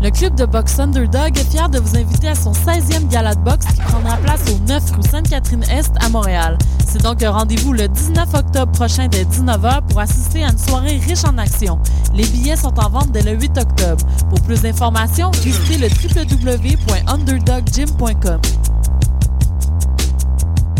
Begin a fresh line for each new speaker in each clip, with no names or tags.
Le club de boxe Underdog est fier de vous inviter à son 16e gala de boxe qui prendra place au 9 rue Sainte-Catherine-Est à Montréal. C'est donc un rendez-vous le 19 octobre prochain dès 19h pour assister à une soirée riche en action. Les billets sont en vente dès le 8 octobre. Pour plus d'informations, visitez le www.underdoggym.com.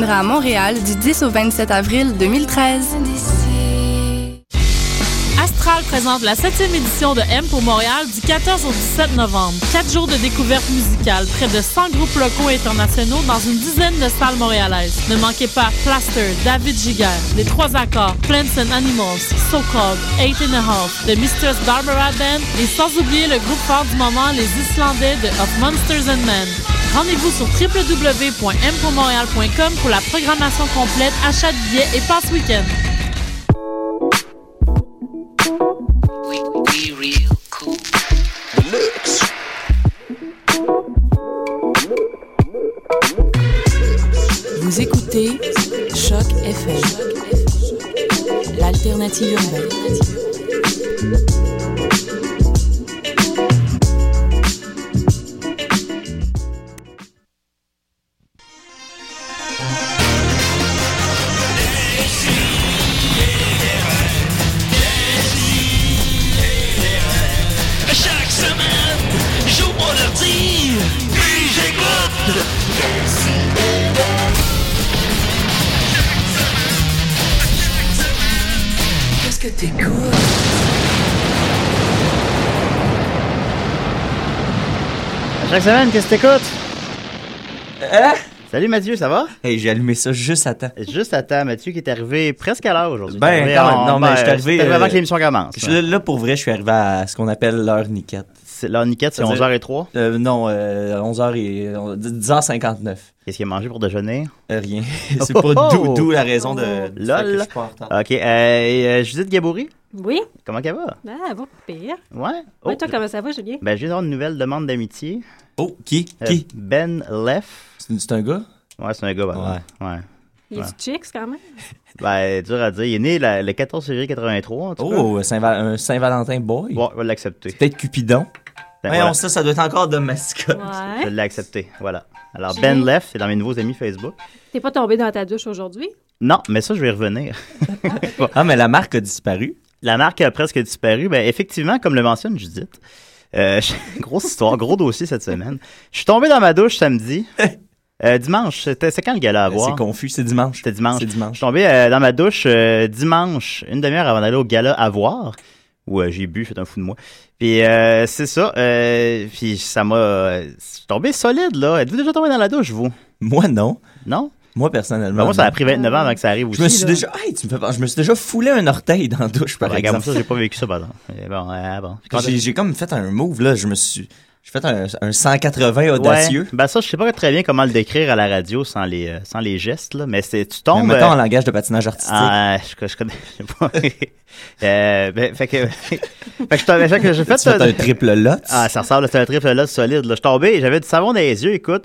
à Montréal du 10 au 27 avril 2013.
Astral présente la 7e édition de M pour Montréal du 14 au 17 novembre. Quatre jours de découverte musicale, près de 100 groupes locaux et internationaux dans une dizaine de salles montréalaises. Ne manquez pas Plaster, David Giger, Les Trois Accords, Plants and Animals, So Called, Eight and a Half, The Mistress Barbara Band et sans oublier le groupe fort du moment, les Islandais de Of Monsters and Men. Rendez-vous sur www.mpourmontréal.com pour la programmation complète, achat de billets et passe week-end.
Vous écoutez Choc FM, l'alternative urbaine.
Chaque semaine, j'ouvre mon ordi, puis j'écoute. Qu'est-ce que t'écoutes?
Chaque semaine, qu'est-ce que t'écoutes?
Hein?
Salut Mathieu, ça va?
Hey, j'ai allumé ça juste à temps.
Juste à temps, Mathieu qui est arrivé presque à l'heure aujourd'hui.
Ben,
T'es arrivé
quand même.
en-
Non, mais je suis
euh,
arrivé,
t'es avant
euh,
que l'émission commence. hein.
Je suis là, là, pour vrai, je suis arrivé à ce qu'on appelle l'heure niquette.
C'est- Là, Niquette, c'est
Ça veut
11h03.
Euh, non, euh, 11h et euh, 10h59.
Qu'est-ce qu'il a mangé pour déjeuner?
Euh, rien. C'est
Oh,
pas
oh.
d'où d'où la raison de, du fait que
Lol.
je suis pas en retard.
Ok, euh, et, euh, Judith Gabouri,
Oui,
comment qu'elle va?
ah, bon, pire.
Ouais? Oh,
Ouais, toi, comment ça va, Julien?
ben, je viens d'avoir une nouvelle demande d'amitié.
Oh, qui?
Euh,
Qui?
Ben Leff.
C'est c'est un gars?
Ouais, c'est un gars, par exemple. ouais.
Il est du chicks quand même?
Ben, dur à dire. Il est né la- le 14 février 83, en tout cas.
Oh, Saint-Val- un Saint-Valentin boy?
Bon, on va l'accepter.
Peut-être Cupidon?
Ben,
Ouais,
voilà.
on sait, ça doit être encore de mascotte.
Je
Ouais.
l'ai accepté, voilà. Alors,
J'ai-
Ben Leff, c'est dans mes nouveaux amis Facebook.
T'es pas tombé dans ta douche aujourd'hui?
Non, mais ça, je vais y revenir.
Ah, mais la marque a disparu.
La marque a presque disparu. Ben, effectivement, comme le mentionne Judith, euh, je- grosse histoire, gros dossier cette semaine. Je suis tombé dans ma douche samedi. Euh, dimanche, c'était- c'est quand le gala à voir?
Ben, C'est confus, c'est dimanche.
C'était dimanche.
C'est
Je suis
dimanche.
tombé euh, dans ma douche euh, dimanche, une demi-heure avant d'aller au gala à voir, où euh, j'ai bu, fait un fou de moi. Puis euh, c'est ça, euh, puis ça m'a... euh, Je suis tombé solide, là. Êtes-vous déjà tombé dans la douche, vous?
Moi, non.
Non?
Moi,
Ben,
personnellement.
moi, ça a
non.
pris 29 ans avant que ça arrive aussi.
Je me suis
là.
déjà. Hey, tu me fais penser. Je me suis déjà foulé un orteil dans la douche, par
Ouais, regarde,
exemple.
ça, j'ai pas vécu ça, par exemple. Mais Bon, euh, bon. Quand-
J'ai j'ai comme fait un move, là. Je me suis. J'ai fait un, un 180 audacieux.
Ouais. Ben ça, je sais pas très bien comment le décrire à la radio sans les, euh, sans les gestes, là, mais c'est, tu tombes...
Mais mettons en
euh,
langage de patinage artistique.
ah, je, je connais je sais pas. Euh, ben, fait que, fait que je t'avais- fait que j'ai
tu
fait,
fais
euh,
un triple lot.
Ah, ça ressemble, c'est un triple là solide. Là. Je suis tombé, j'avais du savon dans les yeux, écoute.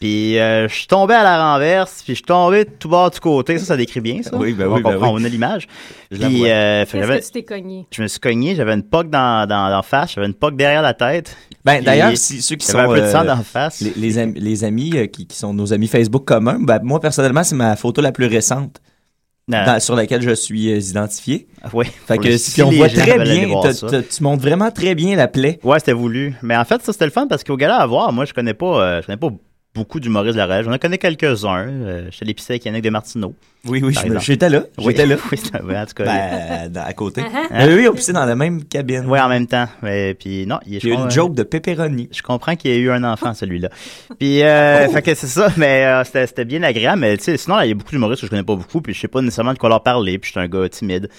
Puis euh, je suis tombé à la renverse, puis je suis tombé de tout bord du côté. Ça, ça décrit bien, ça.
Oui, ben
on
oui, ben
comprend,
oui.
on a l'image.
Je la
Puis
vois.
euh, fait que
Qu'est-ce
j'avais-
que tu t'es cogné?
je me suis cogné, j'avais une poque dans, dans, dans la face, j'avais une poque derrière la tête.
ben,
puis-
d'ailleurs, si- ceux qui sont.
J'avais un peu de
euh,
sang dans la face.
les, les am- les amis euh, qui, qui sont nos amis Facebook communs, ben, moi personnellement, c'est ma photo la plus récente
Non,
dans- sur laquelle je suis euh, identifié.
oui.
Fait
Pour
que
les-
si on
les
voit
gens
très
veulent aller
bien,
voir
t'as-
ça.
t'as- tu montres vraiment très bien la plaie.
Ouais, c'était voulu. Mais en fait, ça, c'était le fun parce qu'au gala à voir, moi, je connais pas, euh, je connais pas beaucoup d'humoristes de la relève. J'en connais quelques-uns. Euh, J'étais à l'épicerie avec Yannick Demartino.
Oui, oui,
Par
je me-
exemple.
j'étais là. J'étais là.
Oui, c'était- ouais, en tout cas.
Ben, dans- à côté.
Uh-huh.
Ah,
Mais oui, on pissait dans la même cabine.
Ouais, en même temps. Mais, puis non, il, je
Il y a
crois-
une joke de pepperoni.
Je comprends qu'il y a eu un enfant, celui-là. Puis, euh, fait que c'est ça, mais euh, c'était c'était bien agréable. Mais tu sais, sinon, là, il y a beaucoup d'humoristes que je connais pas beaucoup, puis je sais pas nécessairement de quoi leur parler, puis je suis un gars timide.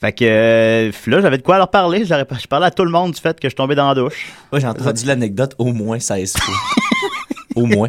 Fait que euh, là, j'avais de quoi leur parler. Je, leur ai par- je parlais à tout le monde du fait que je tombais dans la douche.
Moi, j'ai entendu l'anecdote au moins 16 fois. au moins.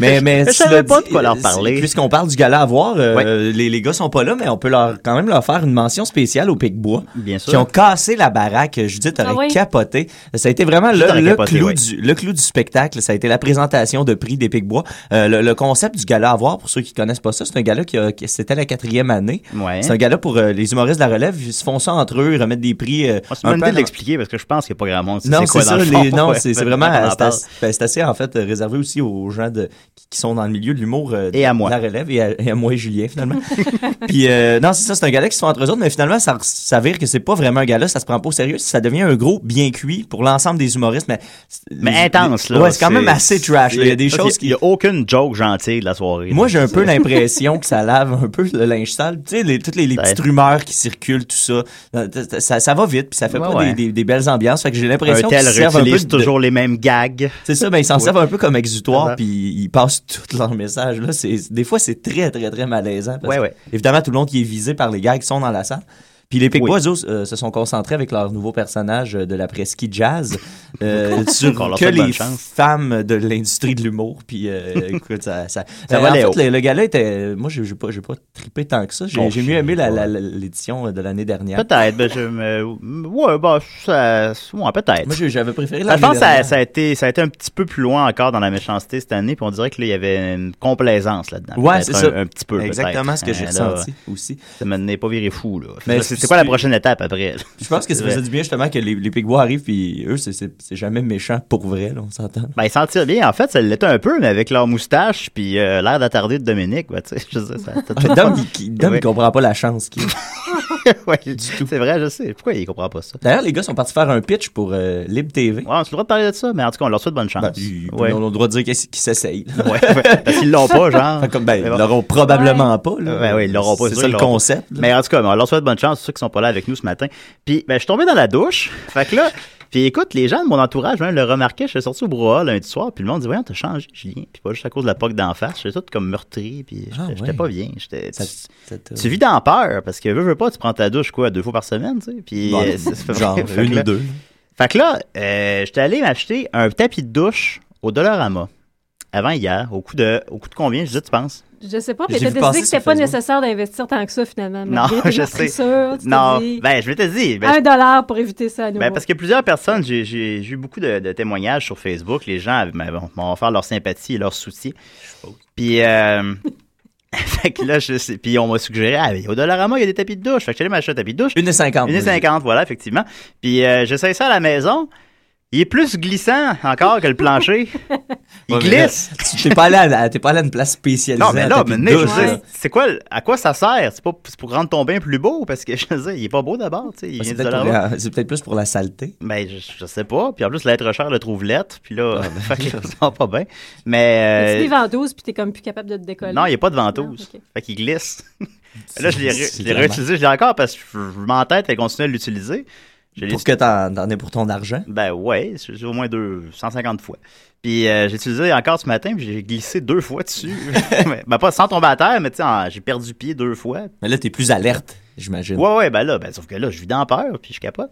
Mais, mais
Je
cela
savais pas de
dit,
quoi leur
euh,
parler.
c'est- Puisqu'on parle du gala à voir, euh, les, les gars sont pas là, mais on peut leur, quand même leur faire une mention spéciale au Pic-Bois.
Bien sûr.
Qui ont cassé la baraque. Judith aurait
Ah oui?
capoté. Ça a été vraiment
Judith
le,
aurait
le
capoté,
clou
oui.
du, le clou du spectacle. Ça a été la présentation de prix des Pic-Bois. Euh, le, le concept du gala à voir, pour ceux qui connaissent pas ça, c'est un gala qui, a- qui- c'était la quatrième année.
Ouais.
C'est un gala pour euh, les humoristes de la relève. Ils se font ça entre eux, ils remettent des prix. euh,
Moi, c'est
un
une bonne
peu
idée
à
de
la-
l'expliquer parce que je pense qu'il n'y a pas grand monde. qui sait
non,
quoi
c'est
dans le
ça. les-
fond.
non,
Ouais,
c'est c'est vraiment
on en
c'est
parle.
assez, ben, c'est assez, en fait euh, réservé aussi aux gens de qui, qui sont dans le milieu de l'humour euh, de
Et à moi.
la relève et à, et à moi et Julien finalement. Puis euh, non, c'est ça, c'est un gala qui se font entre eux autres, mais finalement ça s'avère que c'est pas vraiment un gala, ça se prend pas au sérieux, ça devient un gros bien cuit pour l'ensemble des humoristes, mais
Mais
les-
intense,
les-
là.
Ouais, c'est quand même assez trash. là. Il y a des
ça,
choses
c'est- Il n'y a
qui
aucune joke gentille de la soirée.
moi,
là.
j'ai un peu l'impression que ça lave un peu le linge sale. Tu sais, les, toutes les, les
Ouais.
petites rumeurs qui circulent, tout ça. Euh, Ça, ça- ça va vite, puis ça fait
Ouais,
pas
ouais.
Des, des- des belles ambiances. Fait que j'ai
un
l'impression qu'ils
tel
servent un peu
réutilise
de,
toujours les mêmes gags.
C'est ça, ben ils s'en
Ouais.
servent un peu comme exutoire,
Exact.
puis ils passent tout leur message. Là. C'est- Des fois, c'est très, très, très malaisant. parce
Ouais,
que,
ouais.
Évidemment, tout le monde qui est visé par les gars qui sont dans la salle. Puis les Pic-Bois, eux, euh, se sont concentrés avec leur nouveau personnage euh, de la ski jazz euh, sur
Qu'on leur
que
souhaite bonne
les
chance.
femmes de l'industrie de l'humour. Puis euh, écoute, ça, ça,
Ça
euh,
va,
en
Léo.
fait, le, le gala était. Moi, j'ai j'ai pas, j'ai pas trippé tant que ça. J'ai
Oh,
j'ai
je-
mieux aimé la- la-
ouais.
la- l'édition de l'année dernière.
Peut-être, ben, je me... Ouais, bah, ça... ouais, peut-être. Ben,
Moi, j'ai- j'avais préféré
Je
l'année
pense que ça,
dernière.
ça a été, ça a été un petit peu plus loin encore dans la méchanceté cette année, puis on dirait que là, il y avait une complaisance là-dedans.
Ouais,
Peut-être
c'est
un-
ça.
Un, petit peu. peut-être.
Exactement ce que j'ai
Euh, là,
ressenti aussi.
Ça me n'est pas viré fou, là.
Mais
Là, c'est c'est quoi la prochaine étape après?
Je pense que ça
Ouais.
faisait du bien justement que les, les Pigbois arrivent puis eux c'est- c'est c'est jamais méchant pour vrai là, on s'entend.
Ben, ils s'en tirent bien. En fait, ça l'était un peu, mais avec leur moustache, puis euh, l'air d'attardé de Dominique, ben, tu sais, je sais, ça- ça-
Dom, il, qui- Dom, il
Ouais.
comprend pas la chance qu'il a.
Ouais, C'est vrai, je sais. Pourquoi il comprend pas ça?
D'ailleurs les gars sont partis faire un pitch pour euh, Libre TV.
Ouais, on se le droit de parler de ça, mais en tout cas, on leur souhaite bonne chance.
Ben, ils-
ouais.
On a le droit de dire qu'ils qu'ils s'essayent. là.
Ouais, ouais. Parce qu'ils l'ont pas, genre.
Fait Comme, ben,
Mais
ils
bon.
l'auront probablement pas. Là.
Ben oui, ils l'auront pas, c'est sûr
C'est ça
qu'ils
le
l'auront
concept. là.
Mais en tout cas, ben, on leur souhaite bonne chance, ceux qui sont pas là avec nous ce matin. Puis, ben, je suis tombé dans la douche. Fait que là, puis écoute, les gens de mon entourage, même le remarquaient, je suis sorti au brouhaha lundi soir, puis le monde dit, voyons, t'as changé, Julien. Puis pas juste à cause de la poque d'en face, j'étais tout comme meurtri, puis j'étais
Ah ouais.
j'étais pas bien. J'étais,
Ça-
tu,
ça te-
tu vis dans peur, parce que veux, veux pas, tu prends ta douche, quoi, deux fois par semaine, tu sais. Puis,
Bon,
euh, c'est- c'est pas
genre
vrai. Fait que
une
là-
ou deux.
Fait que là, euh, j'étais allé m'acheter un tapis de douche au Dollarama. Avant hier, au coup de, au coup de combien, je dis, tu penses?
Je sais pas,
J'ai
mais t'as
vu
décidé
passer
que c'était
sur
pas
Facebook.
nécessaire d'investir tant que ça, finalement.
Non,
Malgré tes
je
meurtrissures,
sais.
Oh, tu t'es
Non,
dit, Ah,
ben, je m'étais dit, ben,
un dollar pour éviter ça à nouveau.
Ben, parce que plusieurs personnes, j'ai- j'ai j'ai eu beaucoup de, de témoignages sur Facebook. Les gens ben, avaient- m'ont m'ont offert leur sympathie et leur soutien.
Oh.
Puis, euh, fait que là, je sais- puis on m'a suggéré, ah, mais au Dollarama, il y a des tapis de douche. Fait que j'allais m'acheter un tapis de douche.
Une et cinquante. moi,
1,50, voilà, effectivement. Puis, euh, j'essaie ça à la maison. Il est plus glissant encore que le plancher. Il
Ouais, mais là,
glisse.
tu- T'es pas, allé à la- t'es pas allé à une place spécialisée.
Non, mais
à
là,
tapis de
maintenant, je
douche,
veux dire,
là.
c'est quoi, le- à quoi ça sert? C'est pas c'est pour rendre ton bain plus beau, parce que, je sais, il est pas beau d'abord, tu sais. Il
C'est
vient du
peut-être pour
Dollarama.
la- c'est peut-être plus pour la saleté.
Ben, je, je sais pas. Puis en plus, l'être cher le trouve lettre. Puis là,
Ah, ben,
fait que ça va pas bien. Mais.
Tu des
euh,
ventouses, puis t'es comme plus capable de te décoller.
non, il n'y a pas de ventouse.
Non, ok.
Fait qu'il glisse. là, je l'ai ré-
C'est
je l'ai
vraiment-
réutilisé. Je l'ai encore parce que je je m'entête et continue à l'utiliser. Je l'ai
Pour que t'en t'en aies pour ton argent.
ben ouais, j'ai j'ai au moins deux, 150 fois. Puis euh, j'ai utilisé encore ce matin, puis j'ai glissé deux fois dessus. ben pas sans tomber à terre, mais tu sais, en- j'ai perdu pied deux fois.
Mais là, t'es plus alerte, j'imagine.
Ouais, ouais, ben là, ben, sauf que là, je vis dans la peur, puis je capote.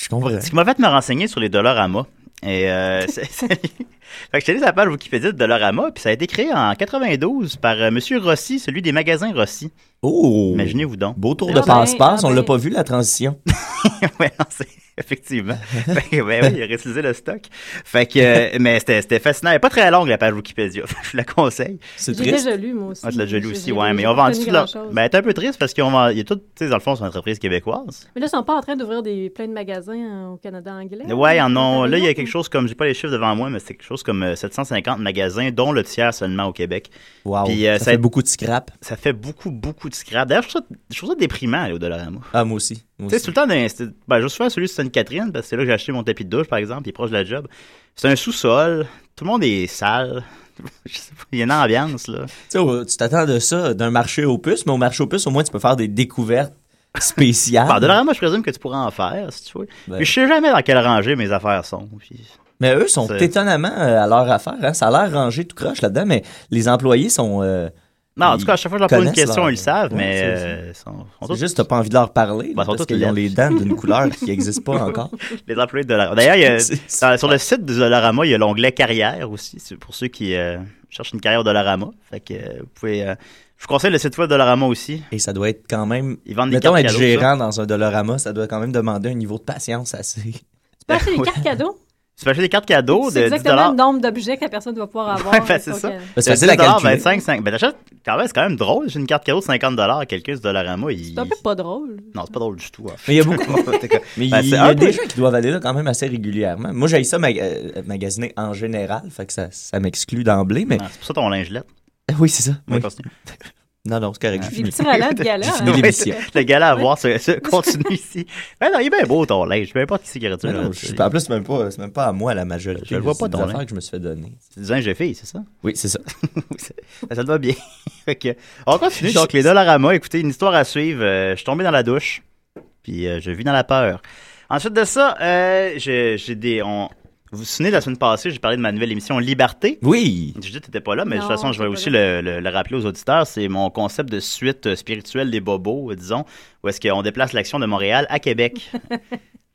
Je comprends.
Ce qui m'a fait me renseigner sur les Dollarama. Et euh, c'est- c'est- fait que j'étais allé sur la page Wikipédia de Dollarama, puis ça a été créé en 92 par euh, Monsieur Rossi, celui des magasins Rossi.
Oh!
Imaginez-vous donc.
Beau tour
Ah
de
ben,
passe-passe,
ah
on l'a
ben.
pas vu la transition.
ouais, non, c'est- effectivement. Fait que, ben oui, il a réutilisé le stock. Fait que, euh, mais c'était c'était fascinant. Elle est pas très longue la page Wikipédia. Je vous la conseille.
C'est
J'ai
triste.
déjà lu, moi aussi.
Ah, tu l'as déjà lu
J'ai-
aussi,
j'ai-
ouais.
j'ai
Mais
pas
on vend
retenu
tout là.
grand-chose.
Ben, c'est un peu triste parce qu'ils ont vendu- il y a tout, tu sais, dans le fond, c'est une entreprise québécoise.
Mais là, ils sont pas en train d'ouvrir des, plein de magasins euh, au Canada anglais.
Ouais, ils en ont.
non.
Là, il y a quelque chose comme, j'ai pas les chiffres devant moi, mais c'est quelque chose comme euh, 750 magasins, dont le tiers seulement au Québec.
Wow.
Puis, euh,
ça,
ça-
fait beaucoup de scrap.
ça fait beaucoup, beaucoup de scrap. D'ailleurs, je, trouve ça- je trouve ça déprimant aller au Dollarama.
Ah, moi aussi. Moi
Tu sais,
aussi.
c'est tout le temps, d'un- c'est- ben, je suis souvent celui de Sainte-Catherine, parce que c'est là que j'ai acheté mon tapis de douche, par exemple, il est proche de la job. C'est un sous-sol, tout le monde est sale. Je sais pas, il y a une ambiance, là.
Tu sais, euh, tu t'attends de ça, d'un marché aux puces, mais au marché aux puces, au moins, tu peux faire des découvertes spéciales.
Par Dollarama, je présume que tu pourras en faire, si tu veux.
Ah. Ben.
Puis je sais jamais dans quelle rangée mes affaires sont. puis-
Mais eux sont
C'est-
étonnamment euh, à leur affaire. hein. Ça a l'air rangé tout croche là-dedans, mais les employés sont... euh,
Non, en
Ils
tout cas, à chaque fois que je leur pose une
connaissent
question,
leur-
ils le savent,
Ouais,
mais
c'est-
euh, ils sont, sont
C'est
tous-
juste, t'as pas envie de leur parler,
Bah,
là,
sont
parce
toutes
qu'ils ont les
laides.
dents d'une couleur qui n'existe pas encore.
les employés de Dollarama. D'ailleurs, il y a- euh,
C'est- c'est-
dans- sur le site de Dollarama, il y a l'onglet carrière aussi, c'est pour ceux qui euh, cherchent une carrière au Dollarama. Fait que euh, vous pouvez. euh, je vous conseille le site web Dollarama aussi.
Et ça doit être quand même...
Ils vendent des
Mettons,
cartes
être
cadeaux, ça.
gérant dans un Dollarama, ça doit quand même demander un niveau de patience assez...
Tu peux acheter des
Ouais.
cartes cadeaux.
Tu peux acheter des cartes cadeaux
C'est
de 10
exactement le nombre d'objets que la personne doit pouvoir avoir. euh,
Ouais, ben,
avec
c'est
son
ça.
cadeau.
C'est facile à
10
calculer.
25, 5. Ben, t'achètes, quand même, c'est quand même drôle. J'ai une carte cadeau de 50 à quelqu'un, ce Dollarama. Il...
C'est un peu pas drôle.
Non, c'est pas drôle du tout. hein.
Mais il y a beaucoup. Mais il
Ben, c'est
y
un
a
peu-
des gens qui doivent aller là quand même assez régulièrement. Moi, j'ai ça mag- euh, magasiner en général, fait que ça, ça m'exclut d'emblée, mais
Non, C'est pour ça ton lingelette.
oui, c'est ça.
Oui,
Oui.
continue.
Non, non, c'est correct.
Les petits relents de gala.
J'ai
hein.
fini l'émission.
Le gala à voir se, se continue ici. Ben non, il est bien beau ton linge. Peu importe qui c'est qui
Non,
retire.
non, je suis pas- en plus, c'est même pas, c'est même pas à moi la majorité.
Je le vois
C'est
pas,
des
ton
affaires
linge.
que je me suis fait donner.
C'est du linge de fille, c'est ça?
Oui, c'est ça.
Ben, ça te va bien. Ok. On continue. Donc, les Dollarama, écoutez, une histoire à suivre. Euh, je suis tombé dans la douche, puis euh, je vis dans la peur. Ensuite de ça, euh, j'ai j'ai des. on- Vous vous souvenez, la semaine passée, j'ai parlé de ma nouvelle émission Liberté.
Oui.
Judith n'était pas là, mais de toute
Non,
façon, je vais
t'es pas
aussi le,
là.
le- le rappeler aux auditeurs. C'est mon concept de suite euh, spirituelle des bobos, euh, disons, où est-ce qu'on déplace l'action de Montréal à Québec.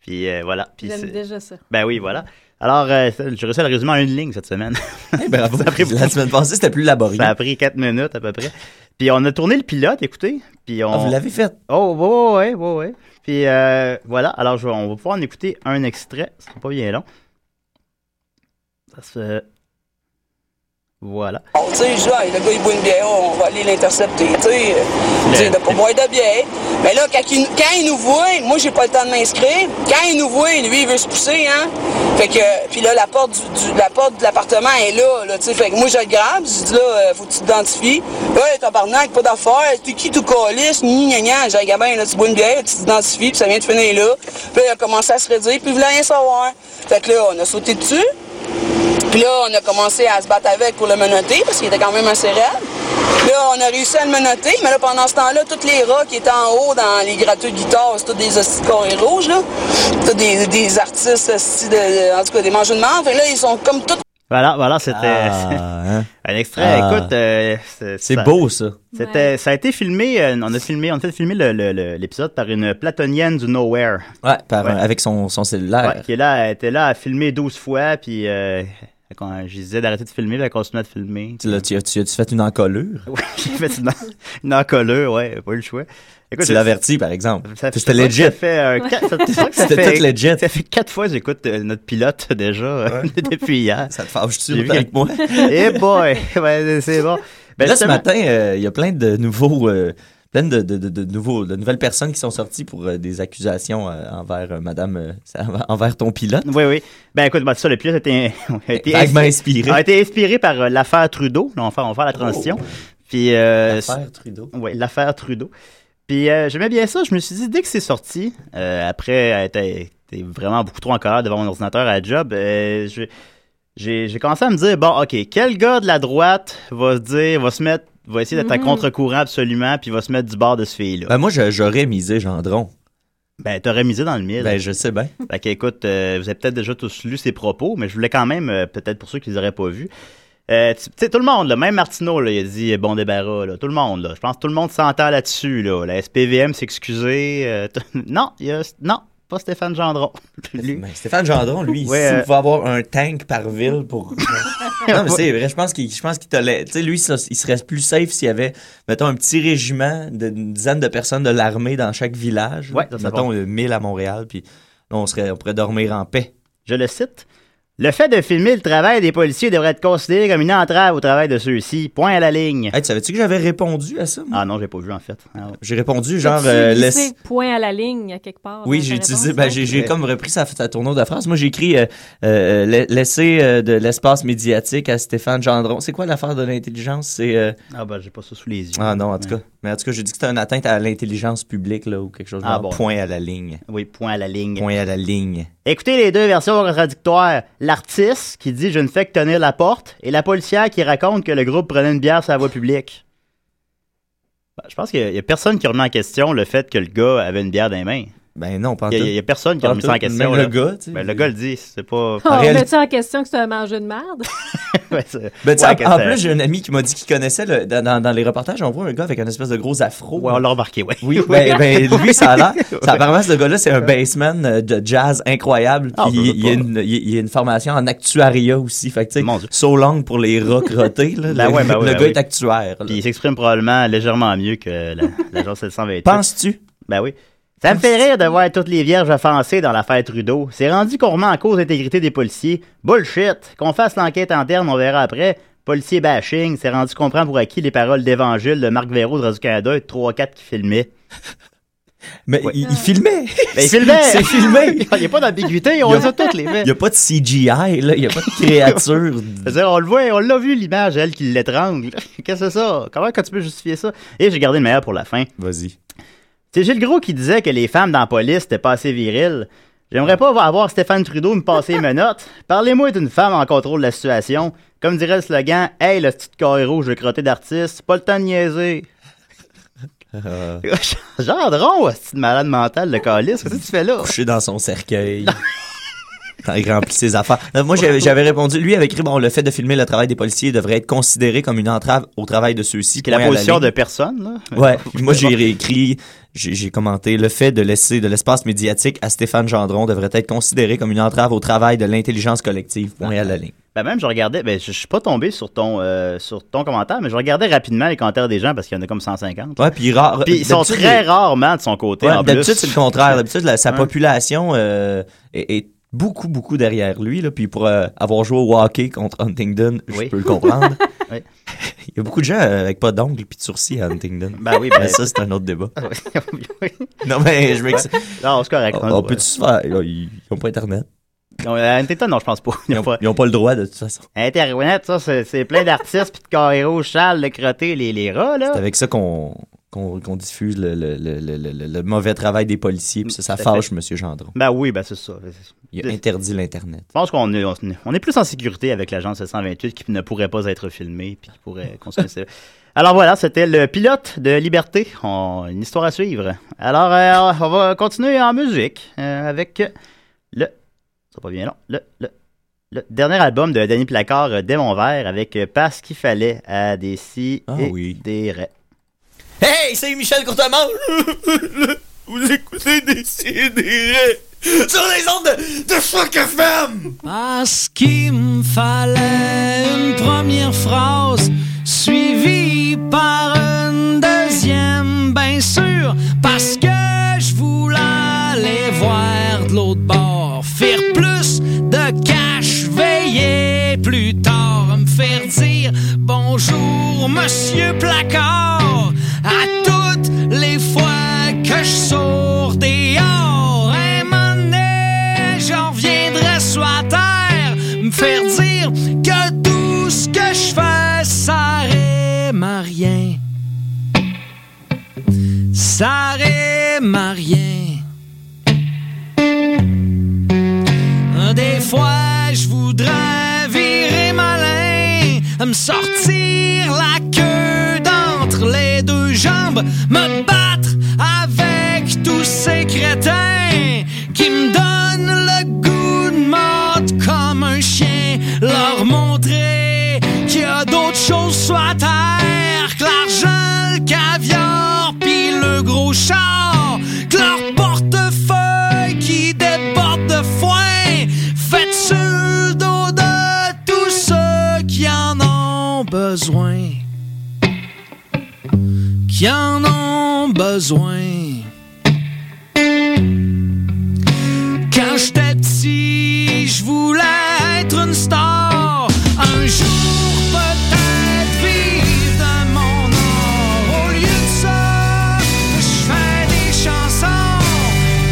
Puis euh, voilà. Puis
J'aime
c'est-
déjà ça.
ben oui, voilà. Alors, euh, ça- j'ai réussi à le résumer en une ligne cette semaine.
Eh, bravo.
Ça a pris
La semaine passée, c'était plus laborieux.
ben, Ça a pris quatre minutes à peu près. Puis on a tourné le pilote, écoutez. Puis on...
Ah, vous l'avez fait.
Oh, ouais, ouais, ouais, ouais, ouais. Puis euh, voilà, alors je- on va pouvoir en écouter un extrait. Ce sera pas bien long. Ça se... Voilà.
Bon, tu sais, je dis, Hey, le gars, il boit une bière, on va aller l'intercepter, tu sais. Tu sais, de pas boire de bière. Mais là, quand il, quand il nous voit, moi, j'ai pas le temps de m'inscrire. Quand il nous voit, lui, il veut se pousser, hein. Fait que, puis là, la porte, du, du- la porte de l'appartement est là, là, tu sais. Fait que moi, je le grabe, je dis, là, euh, faut que tu t'identifies. Ouais, tabarnak, pas d'affaires, t'es qui, tout calice, ni, gna, gna. J'ai dit, gamin, là, tu bois une bière, tu t'identifies, puis ça vient de finir là. Puis là, il a commencé à se redire, puis il voulait rien savoir. Fait que là, on a sauté dessus. Puis là, on a commencé à se battre avec pour le menotter parce qu'il était quand même assez raide. Là, on a réussi à le menotter, mais là, pendant ce temps-là, tous les rats qui étaient en haut dans les gratteux de guitare, c'est tous des hosties de carrés rouges, là. Tous des, des artistes, hosties de, en tout cas, des mangeurs de marde. Fait que là, ils sont comme tous
Voilà, voilà, c'était
Ah, hein.
un extrait.
Ah.
Écoute, euh, c'est
C'est
ça-
beau, ça.
C'était, Ça a été filmé, euh, on a filmé, on a fait filmer le- le- le- l'épisode par une platonienne du Nowhere.
Ouais, par-
Ouais.
avec son, son cellulaire.
Ouais, qui est là, elle était là à filmer 12 fois, puis euh, quand je disais d'arrêter de filmer, puis elle continuait de filmer.
Tu l'as- tu as- tu as-tu fait une encolure?
Ouais, j'ai fait une, une encolure, ouais, pas eu le choix. Écoute,
Tu l'avertis, par exemple.
ça-
C'était
je crois que Ça
legit.
fait, euh, quatre- ça- je crois que ça
C'était
fait-
tout legit.
Ça fait quatre fois que j'écoute euh, notre pilote déjà euh, depuis hier.
Ça te fâche-tu
J'ai vu
avec moi?
Eh boy, ouais, c'est bon. Ben,
là, ce
justement-
matin, euh, il y a plein de nouveaux. euh, plein de, de- de- de nouveaux, de nouvelles personnes qui sont sorties pour euh, des accusations euh, envers euh, madame, euh, ça- envers ton pilote.
Oui, oui. Ben écoute, ben, ça, le pilote a été, a été
Vaguement
inspiré-
inspiré. Oh.
a été inspiré par euh, l'affaire Trudeau. Là, on va faire, on va faire la transition. Puis, euh,
L'affaire Trudeau.
Oui, l'affaire Trudeau. Puis euh, j'aimais bien ça. Je me suis dit, dès que c'est sorti, euh, après être été vraiment beaucoup trop en colère devant mon ordinateur à la job, euh, je- j'ai j'ai commencé à me dire, bon, OK, quel gars de la droite va se dire, va se mettre, va essayer d'être à contre-courant absolument, puis va se mettre du bord de ce fille-là?
Ben, moi, je- j'aurais misé Gendron.
Ben, t'aurais misé dans le mille.
Ben, je sais bien.
Fait que, écoute, euh, vous avez peut-être déjà tous lu ses propos, mais je voulais quand même, euh, peut-être pour ceux qui les auraient pas vus, euh, tu tu sais, tout le monde, là, même Martineau, là, il a dit euh, bon débarras, là, tout le monde, là, je pense que tout le monde s'entend là-dessus, là, la SPVM s'excuser, euh, t- non, il y a- non, pas Stéphane Gendron, Lui.
Ben, Stéphane Gendron, lui,
Ouais,
s'il
euh,
pouvait avoir un tank par ville pour. non, mais c'est vrai, je pense qu'il je pense qu'il te l'a- Tu sais, lui, ça, il serait plus safe s'il y avait, mettons, un petit régiment d'une dizaine de personnes de l'armée dans chaque village.
Ouais, ça, c'est
mettons, euh, 1000 à Montréal, puis là, on, serait, on pourrait dormir en paix.
je le cite, le fait de filmer le travail des policiers devrait être considéré comme une entrave au travail de ceux-ci, point à la ligne.
Hey, tu savais-tu que j'avais répondu à ça? moi?
Ah non, j'ai pas vu en fait. Ah, ouais.
J'ai répondu genre.
As-tu
euh,
glissé
laisse-
point à la ligne à quelque part.
Oui,
dans
j'ai
ta
utilisé.
réponse,
Ben,
hein?
j'ai j'ai comme repris sa, sa tournure de phrase. Moi, j'ai écrit euh, euh, la- laisser euh, de l'espace médiatique à Stéphane Gendron. C'est quoi l'affaire de l'intelligence? C'est. euh,
Ah ben j'ai pas ça sous les yeux.
Ah non, en tout
Ouais.
cas. Mais en tout cas, j'ai dit que c'était une atteinte à l'intelligence publique là, ou quelque chose.
Ah,
genre,
bon.
Point à la ligne.
Oui, point à la ligne.
Point à la ligne.
Écoutez les deux versions contradictoires. L'artiste qui dit je ne fais que tenir la porte et la policière qui raconte que le groupe prenait une bière sur la voie publique. Ben, je pense qu'il n'y a, personne qui remet en question le fait que le gars avait une bière dans les mains.
Ben non, pas en
Il n'y a,
tout.
personne qui
Pas
a
en
remis ça en
tout.
question.
Même le
là.
gars, tu sais.
Ben, le gars le dit, c'est pas.
On
réalité-
met en question que c'est un manger de merde?
Ouais, c'est-
Ben, tu sais,
ouais,
en- en,
que c'est-
plus, j'ai un ami qui m'a dit qu'il connaissait, le- dans, dans- dans les reportages, on voit un gars avec un espèce de gros afro.
Ouais, on l'a remarqué, ouais.
Oui, ben, ben, lui, ça a l'air. ça,
Ouais.
Apparemment, ce gars-là, c'est un baseman euh, de jazz incroyable.
Ah,
Puis
ben,
il, il a
ben,
une, il, il a une formation en actuariat aussi. Fait que, tu
Mon Dieu.
sais, so long pour les rats crottés. Là,
Ben
le
ouais, ben ouais,
le
ben
gars
oui.
est actuaire. là.
Puis il s'exprime probablement légèrement mieux que la- l'agence 728.
Penses-tu?
Ben oui. Ça me fait rire de voir toutes les vierges offensées dans l'affaire Trudeau. C'est rendu qu'on remet en cause l'intégrité des policiers. Bullshit. Qu'on fasse l'enquête interne, on verra après. Policier bashing, c'est rendu qu'on prend pour acquis les paroles d'évangile de Marc Véro de Radio-Canada et de 3-4 qui filmait.
Mais
Ouais.
il, il filmait.
Ben, il filmait!
C'est filmé.
Il n'y a pas d'ambiguïté, on
Il y a-
les a toutes, les
Il
faits.
n'y a pas de CGI, là. Il n'y a pas de créature.
C'est-à-dire, on le voit, on l'a vu l'image, elle qui l'étrangle. Qu'est-ce que c'est ça? Comment que tu peux justifier ça? Et j'ai gardé le meilleur pour la fin.
Vas-y.
C'est Gilles Gros qui disait que les femmes dans la police étaient pas assez viriles. J'aimerais pas avoir Stéphane Trudeau me passer les menottes. Parlez-moi d'une femme en contrôle de la situation. Comme dirait le slogan, Hey, le petit carré rouge de crotté d'artiste, pas le temps de niaiser. Gendron, ce malade mental, le calice, qu'est-ce que tu fais là?
couché dans son cercueil. Quand il remplit ses affaires. Non, moi, j'avais j'avais répondu, lui avait écrit, bon, le fait de filmer le travail des policiers devrait être considéré comme une entrave au travail de ceux-ci.
Que la
Point à
position de
ligne.
personne, là.
Ouais. Puis moi, j'ai réécrit, j'ai j'ai commenté, le fait de laisser de l'espace médiatique à Stéphane Gendron devrait être considéré comme une entrave au travail de l'intelligence collective. Point à la ligne.
Ben même, je regardais, ben je je suis pas tombé sur ton, euh, sur ton commentaire, mais je regardais rapidement les commentaires des gens parce qu'il y en a comme 150.
Ouais, puis rare.
Puis ils sont
Bah, d'habitude,
très
les-
rarement de son côté,
ouais,
en plus.
D'habitude, c'est le contraire. D'habitude, la- sa
Ouais.
population euh, est, est beaucoup, beaucoup derrière lui. Là. Puis pour euh, avoir joué au hockey contre Huntingdon,
Oui.
je peux le comprendre.
Oui.
Il y a beaucoup de gens euh, avec pas d'ongles puis de sourcils à Huntingdon.
Ben oui,
Mais
ben
ça, c'est un autre débat.
ça.
Non, mais je m'excuse.
Non, c'est correct.
On, on peut-tu se faire... Ils n'ont pas Internet.
Non, euh, Anteton, non, je pense pas. Il
Ils
y a pas-
n'ont pas le droit, de toute façon.
Internet, ça, c'est c'est plein d'artistes, puis de carrés rouges, Charles, le crotté, les, les rats,
C'est
là.
avec ça qu'on qu'on qu'on diffuse le, le, le, le, le- le mauvais travail des policiers. Puis ça, ça
Tout à
fâche M. Gendron.
Ben oui, ben c'est ça. Je
Il a interdit l'Internet.
pense qu'on est, on, on est plus en sécurité avec l'agence 728 qui ne pourrait pas être filmée, puis qui pourrait consommer ça. Alors voilà, c'était le pilote de Liberté. On- une histoire à suivre. Alors, euh, on va continuer en musique euh, avec le. Ça va pas bien long. Le, le, le dernier album de Danny Placard, euh, Dès mon verre, avec euh, Pas ce qu'il fallait à des si
Ah
et
oui.
des raies.
Hey, c'est Michel Courtemanche. Vous écoutez des sidérés sur les ondes de, de Choc FM. Parce qu'il me fallait une première phrase suivie par une deuxième, bien sûr, parce que je voulais aller voir de l'autre bord, faire plus de cash, veiller plus tard, me faire dire bonjour, monsieur Placard, à toutes les fois que je sors dehors, un moment donné, j'en reviendrai sur la terre, me faire dire que tout ce que je fais, ça rime à rien. Ça rime à rien. Des fois, je voudrais virer malin, me sortir la queue d'entre les deux jambes, me battre avec tous ces crétins qui me donnent le goût de mordre comme un chien, leur montrer qu'il y a d'autres choses sur la terre que l'argent, le caviar, puis le gros char, que leur portefeuille qui déborde de foin, faites sur le dos de tous ceux qui en ont besoin, qui en ont besoin. Quand j'étais petit, je voulais être une star. Un jour, peut-être vivre de mon or. Au lieu de ça, je fais des chansons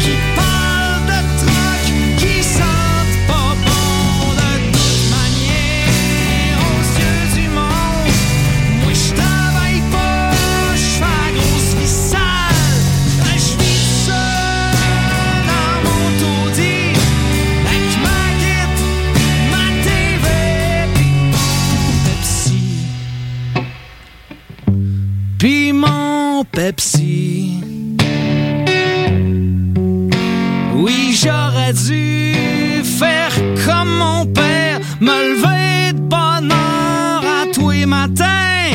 qui parlent de trucs qui sentent pas bon. De toute manière, aux yeux du monde, moi je travaille pas, je fais la grosse vie sale. Je vis seul dans mon taudis, avec ma guette, ma TV, puis mon Pepsi. Puis mon Pepsi. J'aurais dû faire comme mon père, me lever de bonne heure à tous les matins,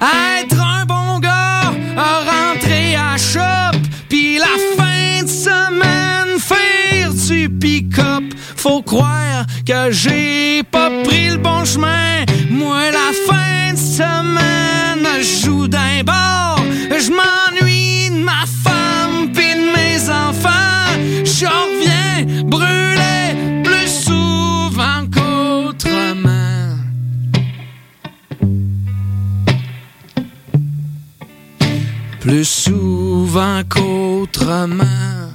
être un bon gars, rentrer à shop, puis la fin de semaine faire du pick-up. Faut croire que j'ai pas pris le bon chemin. Moi, la fin de semaine, je joue d'un bord, je m'ennuie de ma femme pis de mes enfants. Je reviens brûlé plus souvent qu'autrement. Plus souvent qu'autrement.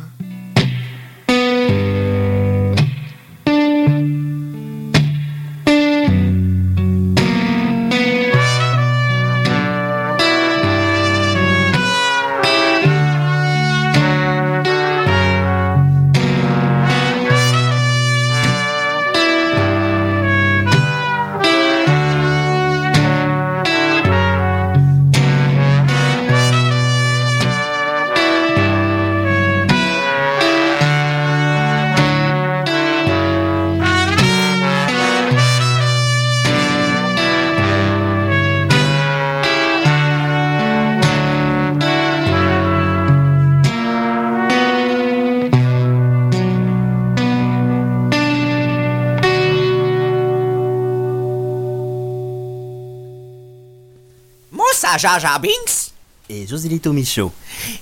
Moi, c'est Jaja Binks.
Et Joselito Michaud,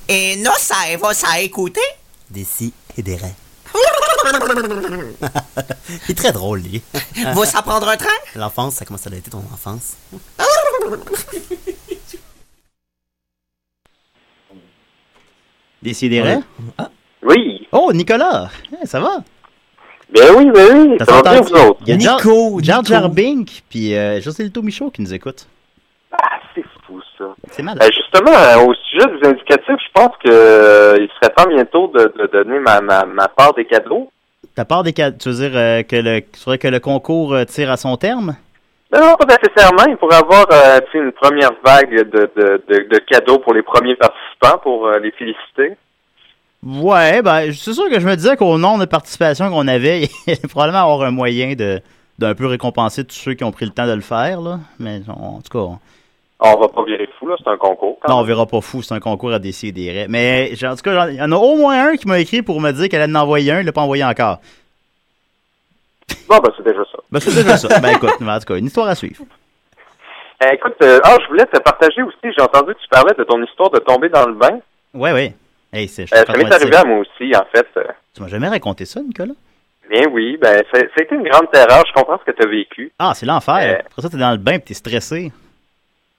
Et nous, ça va, ça écouter.
d'ici et des reins. Il est très drôle, lui.
Vous, ça prendre un train?
L'enfance, ça commence à dater ton enfance.
Décidérez.
Oui.
Oh, Nicolas, Eh, ça va?
Ben oui, ben oui,
T'as
ça va bien
entendu?
vous autres.
Il y a Nico, Jar Jar Bink, puis euh, José Lito Michaud qui nous écoute.
Ah, fou, ça.
C'est mal.
Euh, justement, euh, au sujet des indicatifs, je pense que euh, il serait temps bientôt de, de donner ma, ma, ma part des cadeaux.
Ta part des cadres, tu veux dire euh, que, le, tu voudrais que le concours euh, tire à son terme?
Ben non, pas nécessairement. Il pourrait avoir euh, tu sais, une première vague de, de, de, de cadeaux pour les premiers participants pour euh, les féliciter.
Ouais, ben, c'est sûr que je me disais qu'au nombre de participation qu'on avait, il y allait probablement avoir un moyen de d'un peu récompenser tous ceux qui ont pris le temps de le faire, là. Mais on- en tout cas, on,
On va pas virer fou, là, c'est un concours. quand
non, on
même.
verra pas fou, c'est un concours à décider. Mais genre, en tout cas, genre, il y en a au moins un qui m'a écrit pour me dire qu'elle allait en envoyer un, il l'a pas envoyé encore.
Bon, ben c'est déjà ça.
Ben, c'est déjà ça. Ben, écoute, mais en tout cas, une histoire à suivre.
Euh, écoute, euh, ah, je voulais te partager aussi, j'ai entendu que tu parlais de ton histoire de tomber dans le bain.
Ouais, ouais. Hey, c'est, je
Euh,
suis
ça
en train de
m'est arrivé
dire-
à moi aussi, en fait. Euh,
Tu m'as jamais raconté ça, Nicolas?
Bien oui, ben c'est- ça a été une grande terreur, je comprends ce que tu as vécu.
Ah, c'est l'enfer. Après ça, t'es dans le bain pis t'es stressé.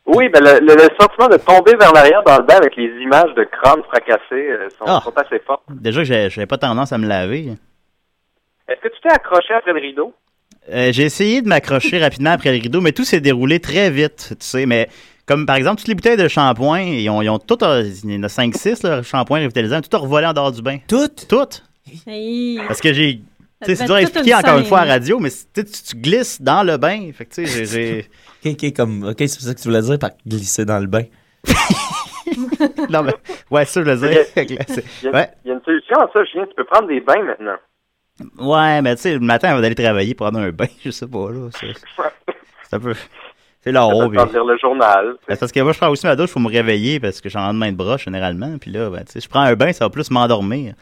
Oui, ben le, le- le sentiment de tomber vers l'arrière dans le bain avec les images de crâne fracassés euh, sont,
Ah.
sont assez fortes.
Déjà que j'ai- j'avais pas tendance à me laver.
Est-ce que tu t'es accroché après le rideau?
Euh, j'ai essayé de m'accrocher rapidement après le rideau, mais tout s'est déroulé très vite, tu sais. Mais comme par exemple, toutes les bouteilles de shampoing, ils ont, ils ont toutes, euh, il y en a 5-6, là, shampoing revitalisant, tout a revolé en dehors du bain. Toutes? Toutes.
Hey.
Parce que j'ai. Tu sais,
Ça
c'est dur à
devait être toute
expliquer
une
encore une
scène.
fois à radio, mais c'est- tu, sais, tu- tu glisses dans le bain. Fait que tu sais, j'ai- j'ai.
Ok, ok, comme, ok, c'est ça que tu voulais dire par glisser dans le bain.
non, mais. Ouais, ça, je le dis.
Il y, a,
Ouais.
il y a une solution à ça, Julien, tu peux prendre des bains maintenant.
Ouais, mais tu sais, le matin, avant d'aller travailler, prendre un bain, je sais pas, là. C'est c'est un peu. C'est là-haut. puis-
Sans lire le journal.
Ben, c'est parce que moi, je prends aussi ma douche pour me réveiller parce que j'ai un lendemain de broche généralement. Puis là, ben, tu sais, je prends un bain, ça va plus m'endormir.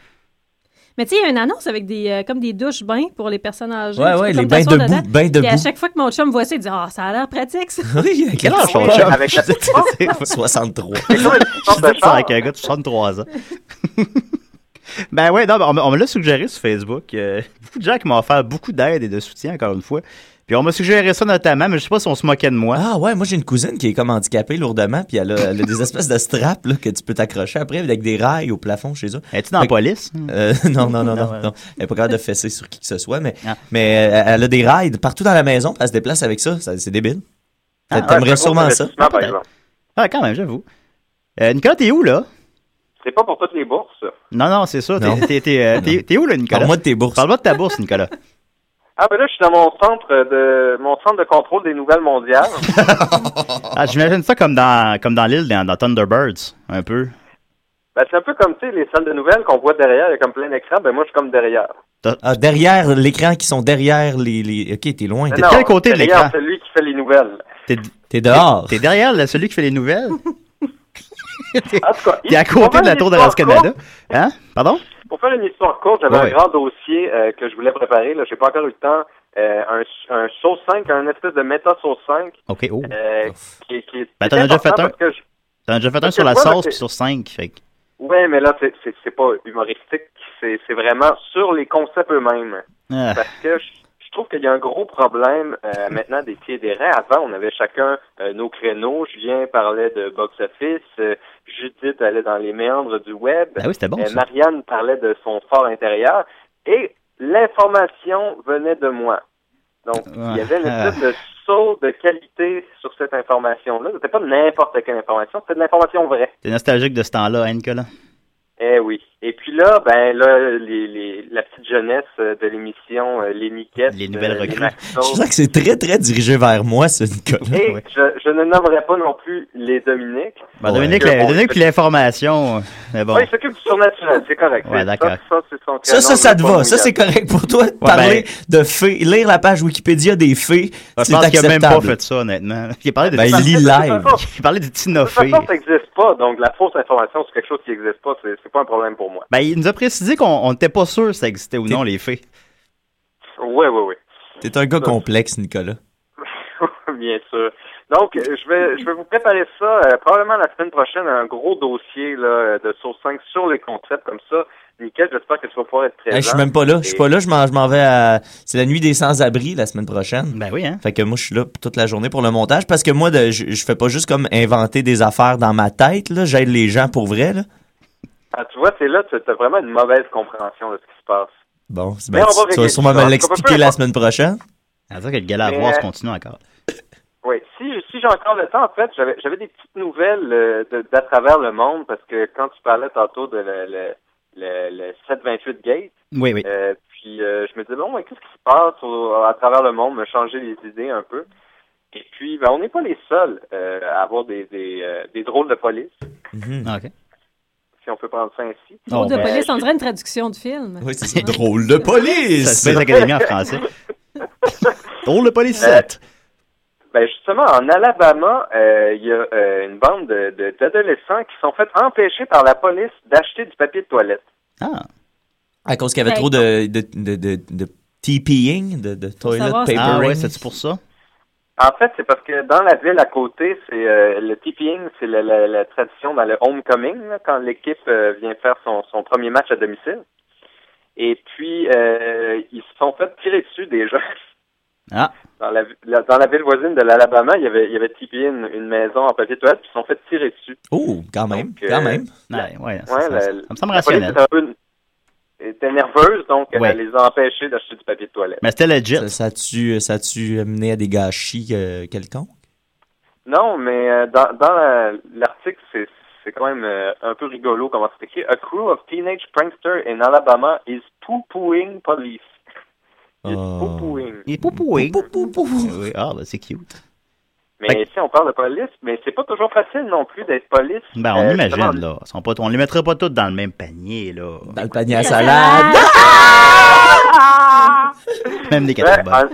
Mais tu sais, il y a une annonce avec des, euh, comme des douches-bains pour les personnes âgées.
Ouais,
Tu peux
ouais,
comme
les bains
t'asseoir
debout,
dedans.
bains
Puis à
debout.
chaque fois que mon chum voit ça, il dit Ah, ça a l'air pratique, ça.
Oui,
Quel âge ton
Ouais,
chum?
avec la-
63. Je disais ça avec euh, un gars de 63 ans. ben ouais, non, ben, on, me- on me l'a suggéré sur Facebook. euh, beaucoup de gens qui m'ont offert beaucoup d'aide et de soutien, encore une fois. Puis on m'a suggéré ça notamment, mais je sais pas si on se moquait de moi.
Ah ouais, moi j'ai une cousine qui est comme handicapée lourdement, puis elle a, elle a des espèces de straps là, que tu peux t'accrocher après avec des rails au plafond chez eux. Euh,
Es-tu dans la police?
non, non, non, non,
Non, ouais.
non. Elle n'est pas capable de fesser sur qui que ce soit, mais, mais euh, elle a des rails partout dans la maison, puis elle se déplace avec ça. Ça, c'est débile.
Ah,
T'aimerais
ouais, c'est
sûrement
gros
ça.
investissement, par exemple. Ah, quand même, j'avoue. Euh, Nicolas, t'es où, là?
C'est pas pour toutes les bourses.
Non, non, c'est ça.
Non.
T'es- T'es t'es, euh, t'es- t'es où, là, Nicolas? Parle-moi
de tes bourses.
Parle-moi de ta bourse, Nicolas.
Ah ben là, je suis dans mon centre de mon centre de contrôle des nouvelles mondiales.
Ah, j'imagine ça comme dans, comme dans l'île, dans, dans Thunderbirds, un peu.
Ben, c'est un peu comme, tu sais, les salles de nouvelles qu'on voit derrière, il y a comme plein d'écrans, ben moi, je suis comme derrière.
Ah, derrière l'écran qui sont derrière les. les... Ok, t'es loin.
Mais Ben, non, derrière celui qui fait les nouvelles.
T'es
t'es dehors.
T'es derrière là, celui qui fait les nouvelles.
En tout cas,
T'es à côté de la tour de Radio-Canada. Hein? Pardon?
Pour faire une histoire courte, j'avais
Ouais.
un grand dossier euh, que je voulais préparer. Là, j'ai pas encore eu le temps. Euh, un, un sauce 5, un espèce de méta sauce 5.
OK, oh.
Euh, qui, qui, qui
Ben,
est
t'en as déjà fait
important
un.
parce que je-
T'en as déjà fait un
Parce
sur
que
la
moi, là,
sauce
c'est-
puis sur 5. Fait que-
Ouais, mais là, c'est, c'est, c'est pas humoristique. C'est, c'est vraiment sur les concepts eux-mêmes.
Ah.
Parce que je, je trouve qu'il y a un gros problème euh, maintenant des pieds et des reins. Avant, on avait chacun euh, nos créneaux. Julien parlait de box-office. euh, Judith allait dans les méandres du web.
Ah oui, c'était bon,
Euh,
ça.
Marianne parlait de son fort intérieur. Et l'information venait de moi. Donc, il y avait une
Ah.
espèce de saut de qualité sur cette information-là. C'était pas n'importe quelle information, c'était de l'information vraie.
T'es nostalgique de ce temps-là, hein, Nicolas?
Eh oui. Et puis là, ben là, les, les, la petite jeunesse euh, de l'émission, euh, les Niquettes. Les nouvelles recrues.
Je sens que c'est très, très dirigé vers moi, ce Nicolas.
Et je, je ne nommerai pas non plus les Dominiques.
Ben, Dominique, la- Dominique, puis l'information. euh, Mais bon.
Oui, il s'occupe du surnaturel, c'est correct.
Ouais,
C'est-
d'accord.
Ça, ça, c'est son
Ça, ça, ça te
canon, je vais pas
va. Ça,
me
c'est
gâter.
correct pour toi. de Parler de fées, lire la page Wikipédia des fées,
ben, Je
c'est
pense qu'il a même pas
acceptable.
fait ça, honnêtement. Il a parlé de
Ben, il lit live.
Il parlait de
De toute
Tinofé.
façon, ça n'existe pas. Donc, la fausse information sur quelque chose qui n'existe pas, c'est c'est pas un problème pour moi.
Ben, il nous a précisé qu'on on n'était pas sûr si ça existait ou non, les fées.
Oui, oui, oui.
T'es un gars complexe, Nicolas.
Bien sûr. Donc, euh, je vais, je vais vous préparer ça euh, probablement la semaine prochaine, un gros dossier là, euh, de Source 5 sur les concepts comme ça. Nickel, j'espère que tu vas pouvoir être présent.
Hey, je suis même pas là. Je suis pas
Et-
là. Je m'en, je m'en vais à. C'est la nuit des sans-abri la semaine prochaine.
Ben oui, hein.
Fait que moi, je suis là toute la journée pour le montage parce que moi, de- je, je fais pas juste comme inventer des affaires dans ma tête. Là. J'aide les gens pour vrai. Là.
Ah, tu vois, c'est là, tu as vraiment une mauvaise compréhension de ce qui se passe.
Bon, c'est-
Mais
ben,
on va
tu- tu
régler
vas sûrement
ça.
me
Peu
l'expliquer
importe.
la semaine prochaine.
Ça veut dire que le gala à
Mais,
voir se
euh,
continue encore.
Oui, si, si j'ai encore le temps, en fait, j'avais j'avais des petites nouvelles euh, de- d'à travers le monde parce que quand tu parlais tantôt de le, le, le, le 728 Gate,
Oui, oui.
euh, puis euh, je me disais, bon, mais qu'est-ce qui se passe au- à travers le monde, me changer les idées un peu. Et puis, ben, on n'est pas les seuls euh, à avoir des, des, euh, des drôles de police,
Mhm.
Ah, OK. Oh,
si on peut prendre ça ainsi.
Drôle de
Euh,
police, on dirait une traduction de film.
Oh, ben. Oui, c'est drôle de police.
Ça se fait les académies en français. Drôle de police
Euh,
7.
Ben justement, en Alabama, euh, il y a euh, une bande de- de- d'adolescents qui sont fait empêcher par la police d'acheter du papier de toilette.
Ah,
À cause qu'il y avait
Ben,
trop de, de, de, de, de TPing, de, de toilet
savoir si-
papering.
Ah ouais,
c'est pour ça?
En fait, c'est parce que dans la ville à côté, c'est euh, le tipping, c'est la, la- la tradition dans le homecoming, là, quand l'équipe euh, vient faire son, son premier match à domicile. Et puis, euh, ils se sont fait tirer dessus des gens.
Ah.
Dans la, vi- la- dans la ville voisine de l'Alabama, il y avait, il y avait tippé une, une maison en papier de toilette, puis ils se sont fait tirer dessus.
Oh, quand même,
que-
euh,
quand même.
Ouais, ouais, ça,
Ouais,
ça-
la-
ça me semble
la police
rationnel.
était un peu- était nerveuse, donc
Ouais.
elle les a empêchés d'acheter du papier de toilette.
Mais c'était legit.
Ça, ça a-tu, ça a-tu mené à des gâchis euh, quelconques?
Non, mais euh, dans, dans la- l'article, c'est c'est quand même euh, un peu rigolo comment c'est écrit. A crew of teenage pranksters in Alabama is poo-pooing police.
Oh.
Poo-pooing.
Il est poupoué. Oui, Ah, ben, c'est cute.
Mais ici, on parle de police, mais c'est pas toujours facile non plus d'être police.
Ben, on
Euh, justement,
imagine, là. Ils sont pas- on les mettra pas toutes dans le même panier, là. Dans
le panier à
salade. Même des
Ouais,
cataboles.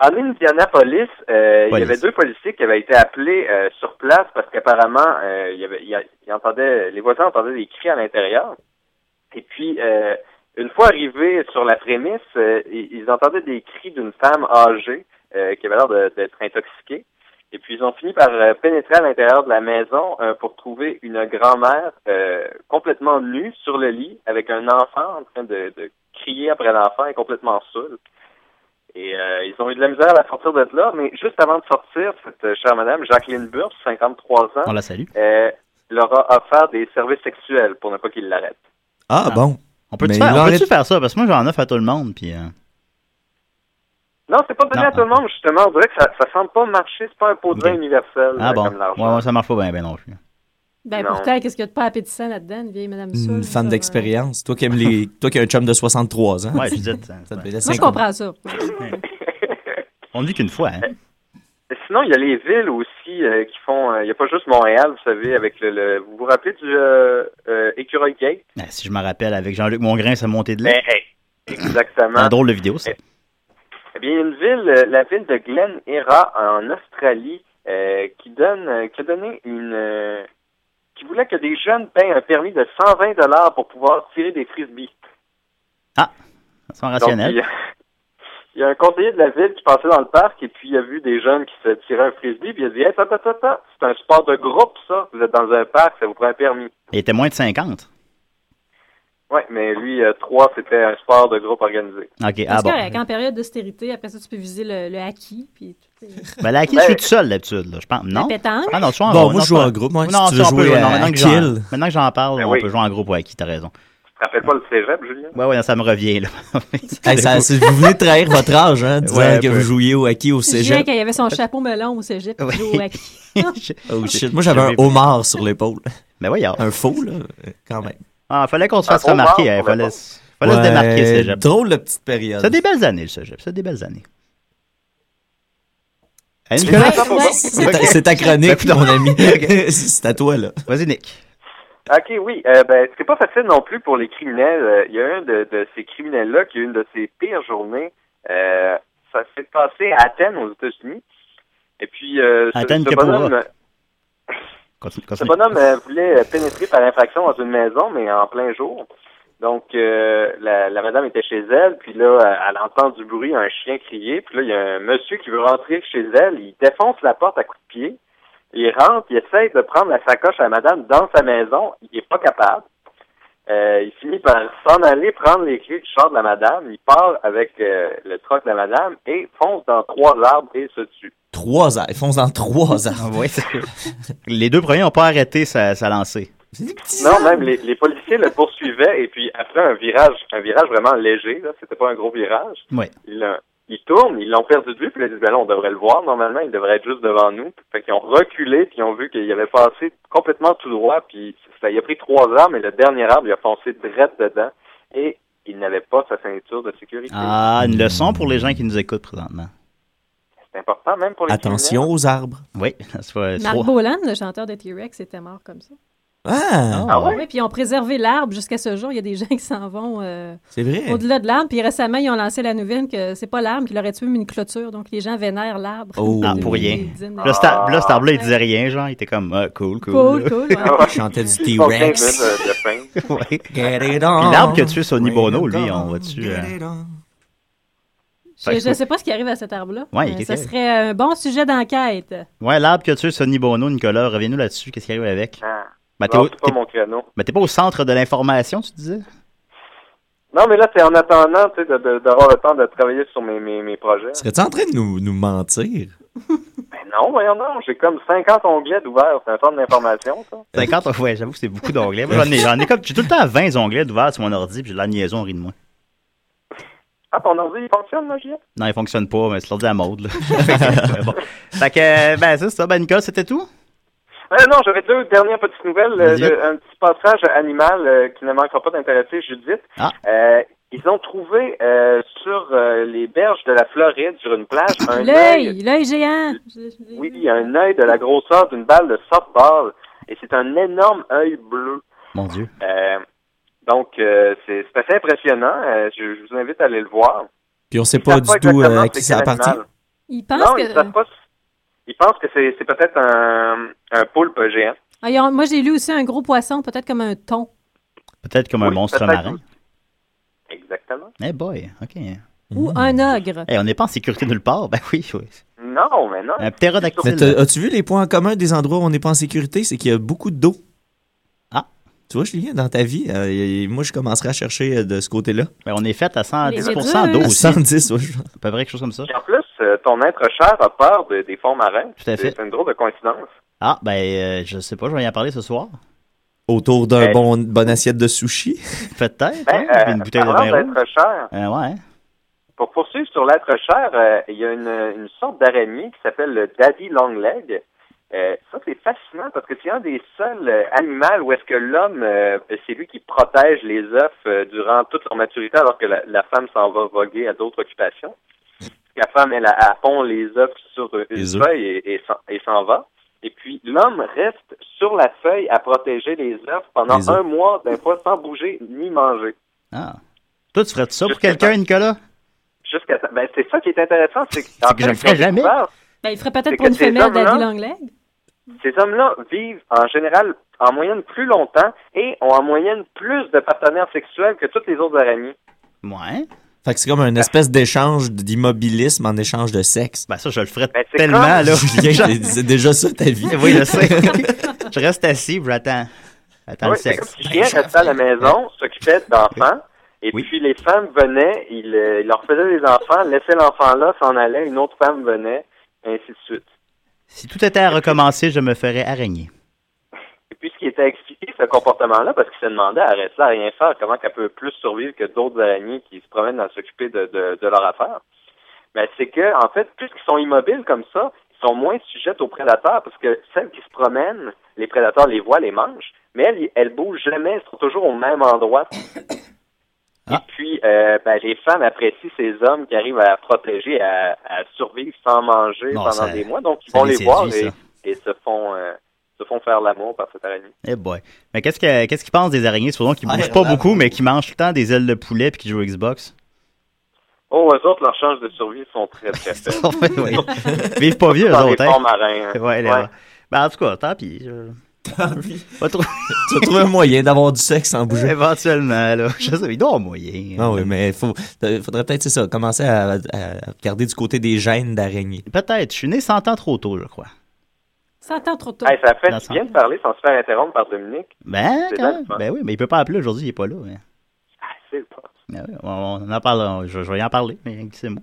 En, en Indianapolis, euh, il y
Police.
avait deux policiers qui avaient été appelés euh, sur place parce qu'apparemment, euh, il y avait, il y a- il entendait, les voisins entendaient des cris à l'intérieur. Et puis, euh, une fois arrivés sur la prémisse, euh, ils, ils entendaient des cris d'une femme âgée euh, qui avait l'air de- d'être intoxiquée. Et puis, ils ont fini par euh, pénétrer à l'intérieur de la maison euh, pour trouver une grand-mère euh, complètement nue sur le lit avec un enfant en train de, de crier après l'enfant et complètement saoul. Et euh, ils ont eu de la misère à la sortir de là, mais juste avant de sortir, cette euh, chère madame, Jacqueline Burse, 53 ans,
On la salue.
euh, leur a offert des services sexuels pour ne pas qu'ils l'arrêtent.
Ah, bon.
On peut-tu
Mais
faire,
il
on
en
peut-tu
est-
faire ça? Parce que moi, j'en offre à tout le monde, puis... euh,
Non, c'est pas donné à tout le monde, justement. On dirait que ça, ça semble pas marcher, c'est pas un pot de vin universel
Ah
euh,
bon?
comme l'argent.
Ouais, ouais, ça marche pas bien, ben non plus.
Ben
Non.
pourtant, qu'est-ce qu'il y a de pas appétissant là-dedans, une vieille madame euh,
Une
Soul?
femme d'expérience. Toi qui aimes les. Toi qui as un chum de 63 ans.
Ouais, je dis hein, ça.
te fait la
Moi, je
50.
comprends ça.
On dit qu'une fois, hein?
Sinon, il y a les villes aussi euh, qui font euh, il y a pas juste Montréal, vous savez, avec le, le- vous vous rappelez du euh, euh, Écureuil Gate?
Ah, si je me rappelle, avec Jean-Luc Mongrain, ça montait de
Ben,
lait.
hey, exactement.
Un drôle de vidéo, ça.
Eh bien, une ville, euh, la ville de Glen Hera en Australie, euh, qui donne, euh, qui a donné une, euh, qui voulait que des jeunes payent un permis de 120 dollars pour pouvoir tirer des frisbees.
Ça sent
Donc,
rationnel.
il, y a, il y a un conseiller de la ville qui passait dans le parc et puis il a vu des jeunes qui se tiraient un frisbee puis il a dit, hey, attends, attends, attends, c'est un sport de groupe ça. Vous êtes dans un parc, ça vous prend un permis.
Il était moins de 50.
Ouais, mais lui, euh, trois, c'était un sport de groupe organisé.
OK,
Parce
ah bon.
qu'en période d'austérité, après ça, tu peux viser le, le acquis. Puis tout est-
Ben, la qui, je suis tout seul d'habitude, là, je pense. Non?
pétanque?
Ah non, je suis en
Bon,
non,
moi, je
c'est
joue
pas-
en groupe, moi,
Non,
si tu
ça,
veux
on peut,
jouer
non,
à
maintenant, que j'en-
Kill.
maintenant que j'en parle,
Ben
on
oui.
peut jouer en groupe, ouais, qui, t'as raison.
Tu te rappelles pas le cégep, Julien?
Ouais, ouais, non, ça me revient, là.
Hey, ça- c'est- vous venez de trahir votre âge, hein, disant
Ouais, un
que
peu.
vous jouiez au hockey au
Julien,
cégep.
quand il avait son chapeau melon au cégep, il jouait au acquis.
Ah,
Oh shit, moi j'avais un homard sur l'épaule.
Ben voyons.
Un faux, là, quand même.
Ah, fallait qu'on se
Un
fasse
gros
remarquer.
mort
hein,
pour
fallait
le
se- fallait se
Ouais,
démarquer, le cégep.
Drôle de petite période.
C'est des belles années, le cégep. C'est des belles années. Hein,
C'est
Nicolas?
ta- c'est ta- c'est ta
Ben,
chronique,
coudonc.
mon ami.
Ok.
C'est à toi, là.
Vas-y, Nick.
OK, oui. Euh, ben, c'est pas facile non plus pour les criminels. Euh, Il y a un de, de ces criminels-là qui a eu une de ses pires journées. Euh, ça s'est passé à Athènes, aux États-Unis. Et puis, euh, ce,
Athènes
ce
que
bonhomme,
pourra. Continue,
ce
continue.
bonhomme euh, voulait pénétrer par infraction dans une maison, mais en plein jour. Donc, euh, la, la madame était chez elle, puis là, elle entend du bruit, un chien crier. Puis là, il y a un monsieur qui veut rentrer chez elle. Il défonce la porte à coups de pied. Il rentre, il essaie de prendre la sacoche à madame dans sa maison. Il est pas capable. Euh, il finit par s'en aller prendre les clés du char de la madame. Il part avec euh, le troc de la madame et fonce dans trois arbres et se tue.
Trois heures. Ils font dans trois heures.
Ouais, c'est- Les deux premiers n'ont pas arrêté sa, sa lancée.
Non, même les, les policiers le poursuivaient et puis après un virage, un virage vraiment léger, là, c'était pas un gros virage.
Ouais.
Ils, euh, ils tournent, ils l'ont perdu de vue, puis ils disent ben là, on devrait le voir normalement, il devrait être juste devant nous. Fait qu'ils ont reculé, puis ils ont vu qu'il avait passé complètement tout droit, puis ça il a pris trois armes et le dernier arbre il a foncé direct dedans et il n'avait pas sa ceinture de sécurité.
Ah, une leçon pour les gens qui nous écoutent présentement.
C'est important même pour les
Attention aux arbres.
Oui, ça se fait-
Marc
trois.
Bolan, le chanteur de T-Rex, était mort comme ça.
Ah!
Ouais, puis ils ont préservé l'arbre jusqu'à ce jour. Il y a des gens qui s'en vont euh,
C'est vrai.
au-delà de l'arbre. Puis récemment, ils ont lancé la nouvelle que c'est pas l'arbre qui l'aurait tué, mais une clôture. Donc les gens vénèrent l'arbre.
Oh. Ah, pour rien.
Ils dînent-
Là, cet
Ah.
ar- là, cet arbre-là, il disait rien, genre. Il était comme, ah, cool, cool.
Cool, cool, ouais.
Ah ouais.
Chantait du
Ils sont 15
T-Rex.
minutes de- de fin.
Ouais.
Get
Puis
it on.
l'arbre que tu es Sonny Bono, lui, on va dessus.
euh,
Je, je sais pas ce qui arrive à cet arbre-là.
Ouais,
mais
il
ça
était-
serait un bon sujet d'enquête.
Ouais, l'arbre que tu es Sonny Bono, Nicolas, reviens-nous là-dessus. Qu'est-ce qui arrive avec?
Ah.
Ben, t'es
Non,
au-
c'est pas mon créneau.
Ben, t'es pas au centre de l'information, tu disais?
Non, mais là, c'est en attendant, tu sais, de- de- d'avoir le temps de travailler sur mes, mes, mes projets.
Serais-tu en train de nous, nous mentir?
Ben non, voyons non, j'ai comme 50 onglets d'ouvert, c'est un centre d'information, ça.
50, ouais, j'avoue que c'est beaucoup d'onglets. Moi, j'en ai, j'en ai comme, j'ai tout le temps 20 onglets d'ouvert sur mon ordi, puis j'ai la niaison, on rit de moi.
Ah, ton ordi, il fonctionne, là, Julien?
Non, il fonctionne pas, mais c'est l'ordi à mode, là. Mais bon. Fait que, euh, ben, c'est ça. Ben, Nicolas, c'était tout?
Euh, non, j'avais deux dernières petites nouvelles. euh,
Vas-y.
de- un petit passage animal euh, qui ne manquera pas d'intéresser Judith.
Ah.
Euh, ils ont trouvé euh, sur euh, les berges de la Floride, sur une plage, un œil.
L'œil, l'œil géant. Je- je-
Oui, il y a un œil de la grosseur d'une balle de softball. Et c'est un énorme œil bleu.
Mon Dieu.
Euh, donc, euh, c'est c'est assez impressionnant. Euh, je, je vous invite à aller le voir.
Puis on sait
Ils
pas
savent
du tout euh,
exactement
à
c'est
qui ça
quel
appartient.
animal.
Ils pensent
non,
que.
ils savent pas. si- Ils pensent que c'est c'est peut-être un, un poulpe géant.
Ah, ils ont- moi, j'ai lu aussi un gros poisson, peut-être comme un thon.
Peut-être comme un monstre
peut-être.
marin.
Exactement.
Eh boy, ok. Eh,
Ou un ogre.
on n'est pas en sécurité nulle part. Ben oui, oui.
Non, mais non.
Un
Mm. Mais t'as-
ptérodactyle.
as-tu vu les points en commun des endroits où on n'est pas en sécurité? C'est qu'il y a beaucoup d'eau.
Ah.
Tu vois, Julien, dans ta vie, euh, y- y- moi, je commencerais à chercher euh, de ce côté-là.
Ben, on est fait à 110
Mais
d'eau
deux.
À
aussi.
110, ouais, je-
À peu près quelque chose comme ça.
Puis en plus, euh, ton être cher a peur de- des fonds marins.
Tout à fait.
C'est une drôle de coïncidence.
Ah, ben, euh, je sais pas, je vais y en parler ce soir.
Autour d'un
Ben-
bon, bonne assiette de sushi.
Peut-être.
Ben,
hein, puis une
euh,
bouteille de
parlant
vin rouge.
d'être cher,
Euh, ouais.
pour poursuivre sur l'être cher, euh, il y a une, une sorte d'araignée qui s'appelle le daddy longleg. Euh, ça, c'est fascinant parce que c'est un des seuls euh, animaux où est-ce que l'homme, euh, c'est lui qui protège les œufs euh, durant toute leur maturité alors que la, la femme s'en va voguer à d'autres occupations. La femme, elle, elle pond les œufs sur une
Les œufs.
feuille et, et s'en- et s'en va. Et puis, l'homme reste sur la feuille à protéger les œufs pendant
Les œufs.
un mois, des fois, sans bouger ni manger.
Ah. Toi, tu ferais ça pour quelqu'un, Nicolas?
Jusqu'à ça. Ben, c'est ça qui est intéressant. C'est que, en
que je
fait,
le ferais
ce qu'on
jamais.
découvre,
Ben, il ferait
C'est
peut-être pour
que
une
ces
femelle
hommes-là-
d'Avis Langlais.
Ces hommes-là vivent en général en moyenne plus longtemps et ont en moyenne plus de partenaires sexuels que toutes les autres araignées.
Ouais.
Fait que c'est comme une espèce d'échange d'immobilisme en échange de sexe.
Ben ça, je le ferais
c'est
tellement, là.
Julien, c'est- c'est déjà ça ta vie.
Oui, je sais. je reste assis, puis j'attends. Attends le
Oui, Ah c'est
sexe. Ben,
comme si Julien restait à la maison, s'occupait d'enfants, et puis les femmes venaient, il, euh, il leur faisait des enfants, laissait l'enfant là, s'en allait, une autre femme venait, et ainsi de suite.
Si tout était à recommencer, je me ferais araigner.
Et puis ce qui était expliqué, ce comportement-là, parce qu'il se demandait à rester à rien faire, comment qu'elle peut plus survivre que d'autres araignées qui se promènent à s'occuper de, de, de leur affaire, mais c'est que, en fait, puisqu'ils sont immobiles comme ça, ils sont moins sujettes aux prédateurs, parce que celles qui se promènent, les prédateurs les voient, les mangent, mais elles, elles bougent jamais, elles sont toujours au même endroit. Et puis, euh, ben, les femmes apprécient ces hommes qui arrivent à protéger, à, à survivre sans manger
Non,
pendant
ça-
des mois. Donc, ils
ça
vont
les
les voir
séduit,
et, et se font euh, se font faire l'amour par cette araignée.
Eh boy. Mais qu'est-ce que- qu'est-ce qu'ils pensent des araignées? Souvent, qui
Ah,
bougent pas
là.
beaucoup, mais qui mangent tout le temps des ailes de poulet puis qui jouent au Xbox.
Oh, eux autres, leurs chances de survie sont très très faibles.
oui. Vivent pas vieux, eux
Dans les
autres, hein?
fonds marins, hein.
Ouais, les-
Ouais.
Ben, en tout cas, tant pis. je- Pas trop...
Tu vas trouver un moyen d'avoir du sexe sans bouger.
Éventuellement, là. Je sais, il doit y avoir moyen.
Non, Ah oui, mais il faudrait peut-être, c'est ça, commencer à, à regarder du côté des gènes d'araignée.
Peut-être. Je suis né 100 ans trop tôt, je crois.
Ça attend trop tôt.
Hey, ça fait tu viens de parler sans se faire interrompre par Dominique.
Ben,
C'est
quand
bien
même.
le fun.
Ben oui, mais il peut pas appeler aujourd'hui, il est pas là. hein.
Ah, C'est le fun.
Ben oui, on, on en parle, on- je, je vais y en parler, mais c'est moi.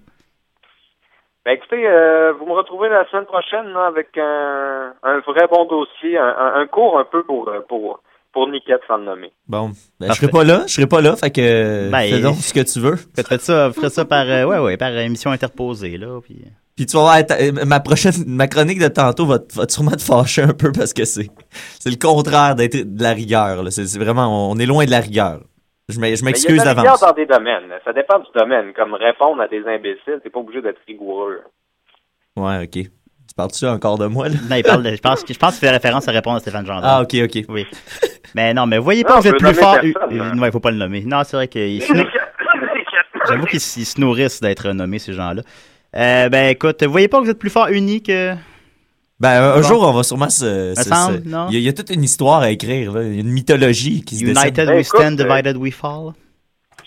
Ben écoutez, euh, vous me retrouvez la semaine prochaine là, avec un, un vrai bon dossier, un, un- un cours un peu pour euh, pour pour Niquette sans le nommer.
Bon, ben, je serai pas là, je serai pas là, fait que euh,
Ben,
fais donc ce que tu veux.
Faites ça, ferez ça par, euh, ouais, ouais, par émission interposée, là. Puis...
Puis tu vas voir, ta- euh, ma prochaine, ma chronique de tantôt va, te- va sûrement te fâcher un peu parce que c'est, c'est le contraire d'être de la rigueur, là. C'est, c'est vraiment, on est loin de la rigueur. Je, m'e- je
Mais il y
m'excuse
a de la
d'avance.
rigueur dans des domaines. Ça dépend du domaine. Comme répondre à des imbéciles, t'es pas obligé d'être rigoureux.
Ouais, ok. Tu parles-tu encore de moi, là?
Non, il parle de- je pense, que- je pense qu'il fait référence à répondre à Stéphane Gendron.
Ah, ok, ok.
Oui. Mais non, mais voyez pas
Non,
que vous êtes
je veux
plus fort.
nommer personne,
Euh, euh, ouais, faut pas le nommer. Non, c'est vrai qu'il se nou- J'avoue qu'ils s- ils se nourrissent d'être nommés, ces gens-là. Euh, ben écoute, voyez pas que vous êtes plus fort uni que.
Ben, un,
Bon.
un jour, on va sûrement se.
Me
se- se-
semble, non?
Il y, a- il y a toute une histoire à écrire, là. Il y a une mythologie qui se
United
dessine.
we stand,
euh,
divided we fall.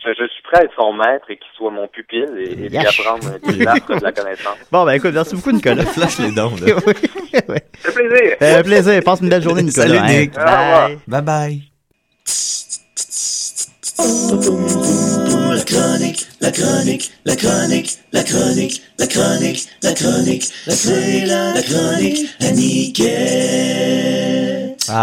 Je, je suis prêt à être son maître et qu'il soit mon pupille et, et lui
Yes.
apprendre les arbres de la connaissance.
Bon, ben écoute, merci beaucoup, Nicolas. Flash
les dons,
là.
C'est plaisir.
Euh, plaisir. Passe une belle journée, Nicolas.
Salut,
hein.
Nick.
Bye.
Bye bye.
La chronique, la chronique, la chronique, la chronique, la chronique, la chronique, c'est la chronique à